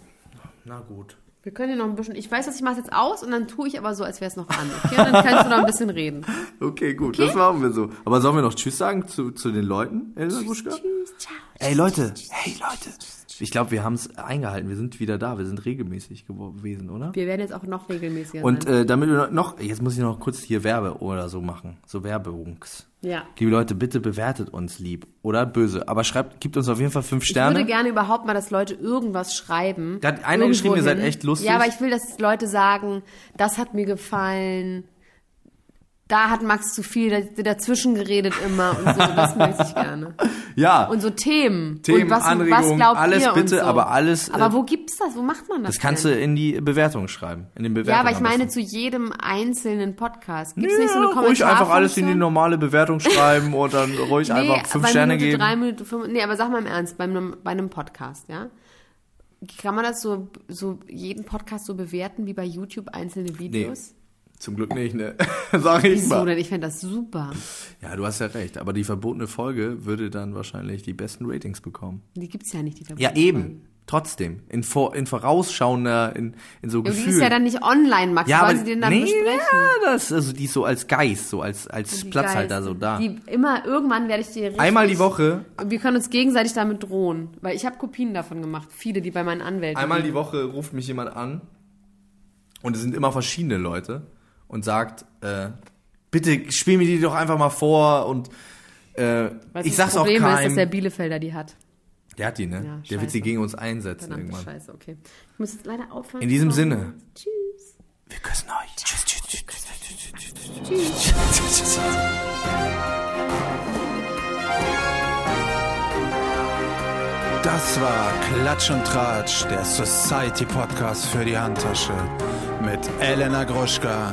[SPEAKER 3] na gut.
[SPEAKER 4] Wir können ja noch ein bisschen. Ich weiß, dass ich mache jetzt aus und dann tue ich aber so, als wäre es noch an. Okay, und dann kannst du noch ein bisschen reden.
[SPEAKER 3] (laughs) Okay, gut. Das machen wir so. Aber sollen wir noch Tschüss sagen zu, zu den Leuten, Elsa Buschka?
[SPEAKER 4] Tschüss, ciao.
[SPEAKER 3] Ey, Leute. Hey, Leute. Ich glaube, wir haben es eingehalten. Wir sind wieder da. Wir sind regelmäßig gewo- gewesen, oder?
[SPEAKER 4] Wir werden jetzt auch noch regelmäßiger
[SPEAKER 3] Und
[SPEAKER 4] sein.
[SPEAKER 3] äh, damit wir noch, jetzt muss ich noch kurz hier Werbe oder so machen. So Werbungs.
[SPEAKER 4] Ja.
[SPEAKER 3] Liebe Leute, bitte bewertet uns lieb oder böse. Aber schreibt, gibt uns auf jeden Fall fünf
[SPEAKER 4] Ich würde
[SPEAKER 3] Sterne.
[SPEAKER 4] gerne überhaupt mal, dass Leute irgendwas schreiben.
[SPEAKER 3] Da hat einer geschrieben, ihr seid
[SPEAKER 4] hin.
[SPEAKER 3] echt lustig.
[SPEAKER 4] Ja, aber ich will, dass Leute sagen, das hat mir gefallen. Da hat Max zu viel da- dazwischen geredet immer und so. Das möchte ich gerne.
[SPEAKER 3] ja.
[SPEAKER 4] Und so Themen.
[SPEAKER 3] Themen,
[SPEAKER 4] und was, was
[SPEAKER 3] Anregungen,
[SPEAKER 4] glaubt
[SPEAKER 3] alles
[SPEAKER 4] ihr
[SPEAKER 3] bitte,
[SPEAKER 4] und so.
[SPEAKER 3] aber alles, äh,
[SPEAKER 4] Aber wo gibt's das? Wo macht man das?
[SPEAKER 3] Das kannst du
[SPEAKER 4] denn?
[SPEAKER 3] in die Bewertung schreiben. In den
[SPEAKER 4] Ja,
[SPEAKER 3] Bewertungen.
[SPEAKER 4] aber ich
[SPEAKER 3] am
[SPEAKER 4] meine
[SPEAKER 3] besten.
[SPEAKER 4] zu jedem einzelnen Podcast. Gibt's nicht so eine
[SPEAKER 3] Ja, ruhig
[SPEAKER 4] Kommentarfunktion?
[SPEAKER 3] einfach alles in die normale Bewertung schreiben und
[SPEAKER 4] (laughs)
[SPEAKER 3] dann ruhig
[SPEAKER 4] Nee,
[SPEAKER 3] einfach fünf
[SPEAKER 4] bei
[SPEAKER 3] Sterne
[SPEAKER 4] Minute
[SPEAKER 3] geben.
[SPEAKER 4] Drei, Minute fünf, nee, aber sag mal im Ernst, bei einem, bei einem Podcast, ja? Kann man das so, so jeden Podcast so bewerten wie bei YouTube einzelne Videos?
[SPEAKER 3] Zum Glück nicht, ne? (laughs) Sag ich
[SPEAKER 4] Wieso
[SPEAKER 3] mal.
[SPEAKER 4] denn? Ich fände das super.
[SPEAKER 3] Ja, du hast ja recht. Aber die verbotene Folge würde dann wahrscheinlich die besten Ratings bekommen.
[SPEAKER 4] Die gibt's ja nicht, die
[SPEAKER 3] Ja, eben. Trotzdem. In, vor, in vorausschauender, in, in so
[SPEAKER 4] Und die
[SPEAKER 3] Gefühl.
[SPEAKER 4] ist ja dann nicht online, Max.
[SPEAKER 3] ja,
[SPEAKER 4] Ja,
[SPEAKER 3] aber
[SPEAKER 4] wollen sie den dann
[SPEAKER 3] nee,
[SPEAKER 4] besprechen? Also
[SPEAKER 3] ja, das, also die ist so als Geist, so als, als
[SPEAKER 4] Die
[SPEAKER 3] Platzhalter
[SPEAKER 4] Geist.
[SPEAKER 3] so halt da.
[SPEAKER 4] Die immer, irgendwann werde ich dir richtig,
[SPEAKER 3] Einmal die Woche
[SPEAKER 4] Wir können uns gegenseitig damit drohen. Weil ich habe Kopien davon gemacht. Viele, die bei meinen Anwälten.
[SPEAKER 3] Einmal die Woche ruft mich jemand an und es sind immer verschiedene Leute und sagt, äh, bitte spiel mir die doch einfach mal vor und äh,
[SPEAKER 4] Weißt du,
[SPEAKER 3] ich sag's
[SPEAKER 4] das Problem
[SPEAKER 3] auch
[SPEAKER 4] ist, dass
[SPEAKER 3] keinem.
[SPEAKER 4] der
[SPEAKER 3] der,
[SPEAKER 4] Bielefelder die hat.
[SPEAKER 3] hat die, ne?
[SPEAKER 4] Ja,
[SPEAKER 3] der wird
[SPEAKER 4] scheiße.
[SPEAKER 3] sie gegen uns einsetzen
[SPEAKER 4] Verdammte
[SPEAKER 3] irgendwann.
[SPEAKER 4] Scheiße, okay. Ich muss jetzt leider aufhören.
[SPEAKER 3] In diesem
[SPEAKER 4] Sorry.
[SPEAKER 3] Sinne.
[SPEAKER 4] Tschüss.
[SPEAKER 3] Wir küssen euch. Tschüss, tschüss, tschüss, tschüss, tschüss, tschüss, tschüss, tschüss.
[SPEAKER 2] Das war Klatsch und Tratsch, der Society Podcast für die Handtasche mit Elena Gruschka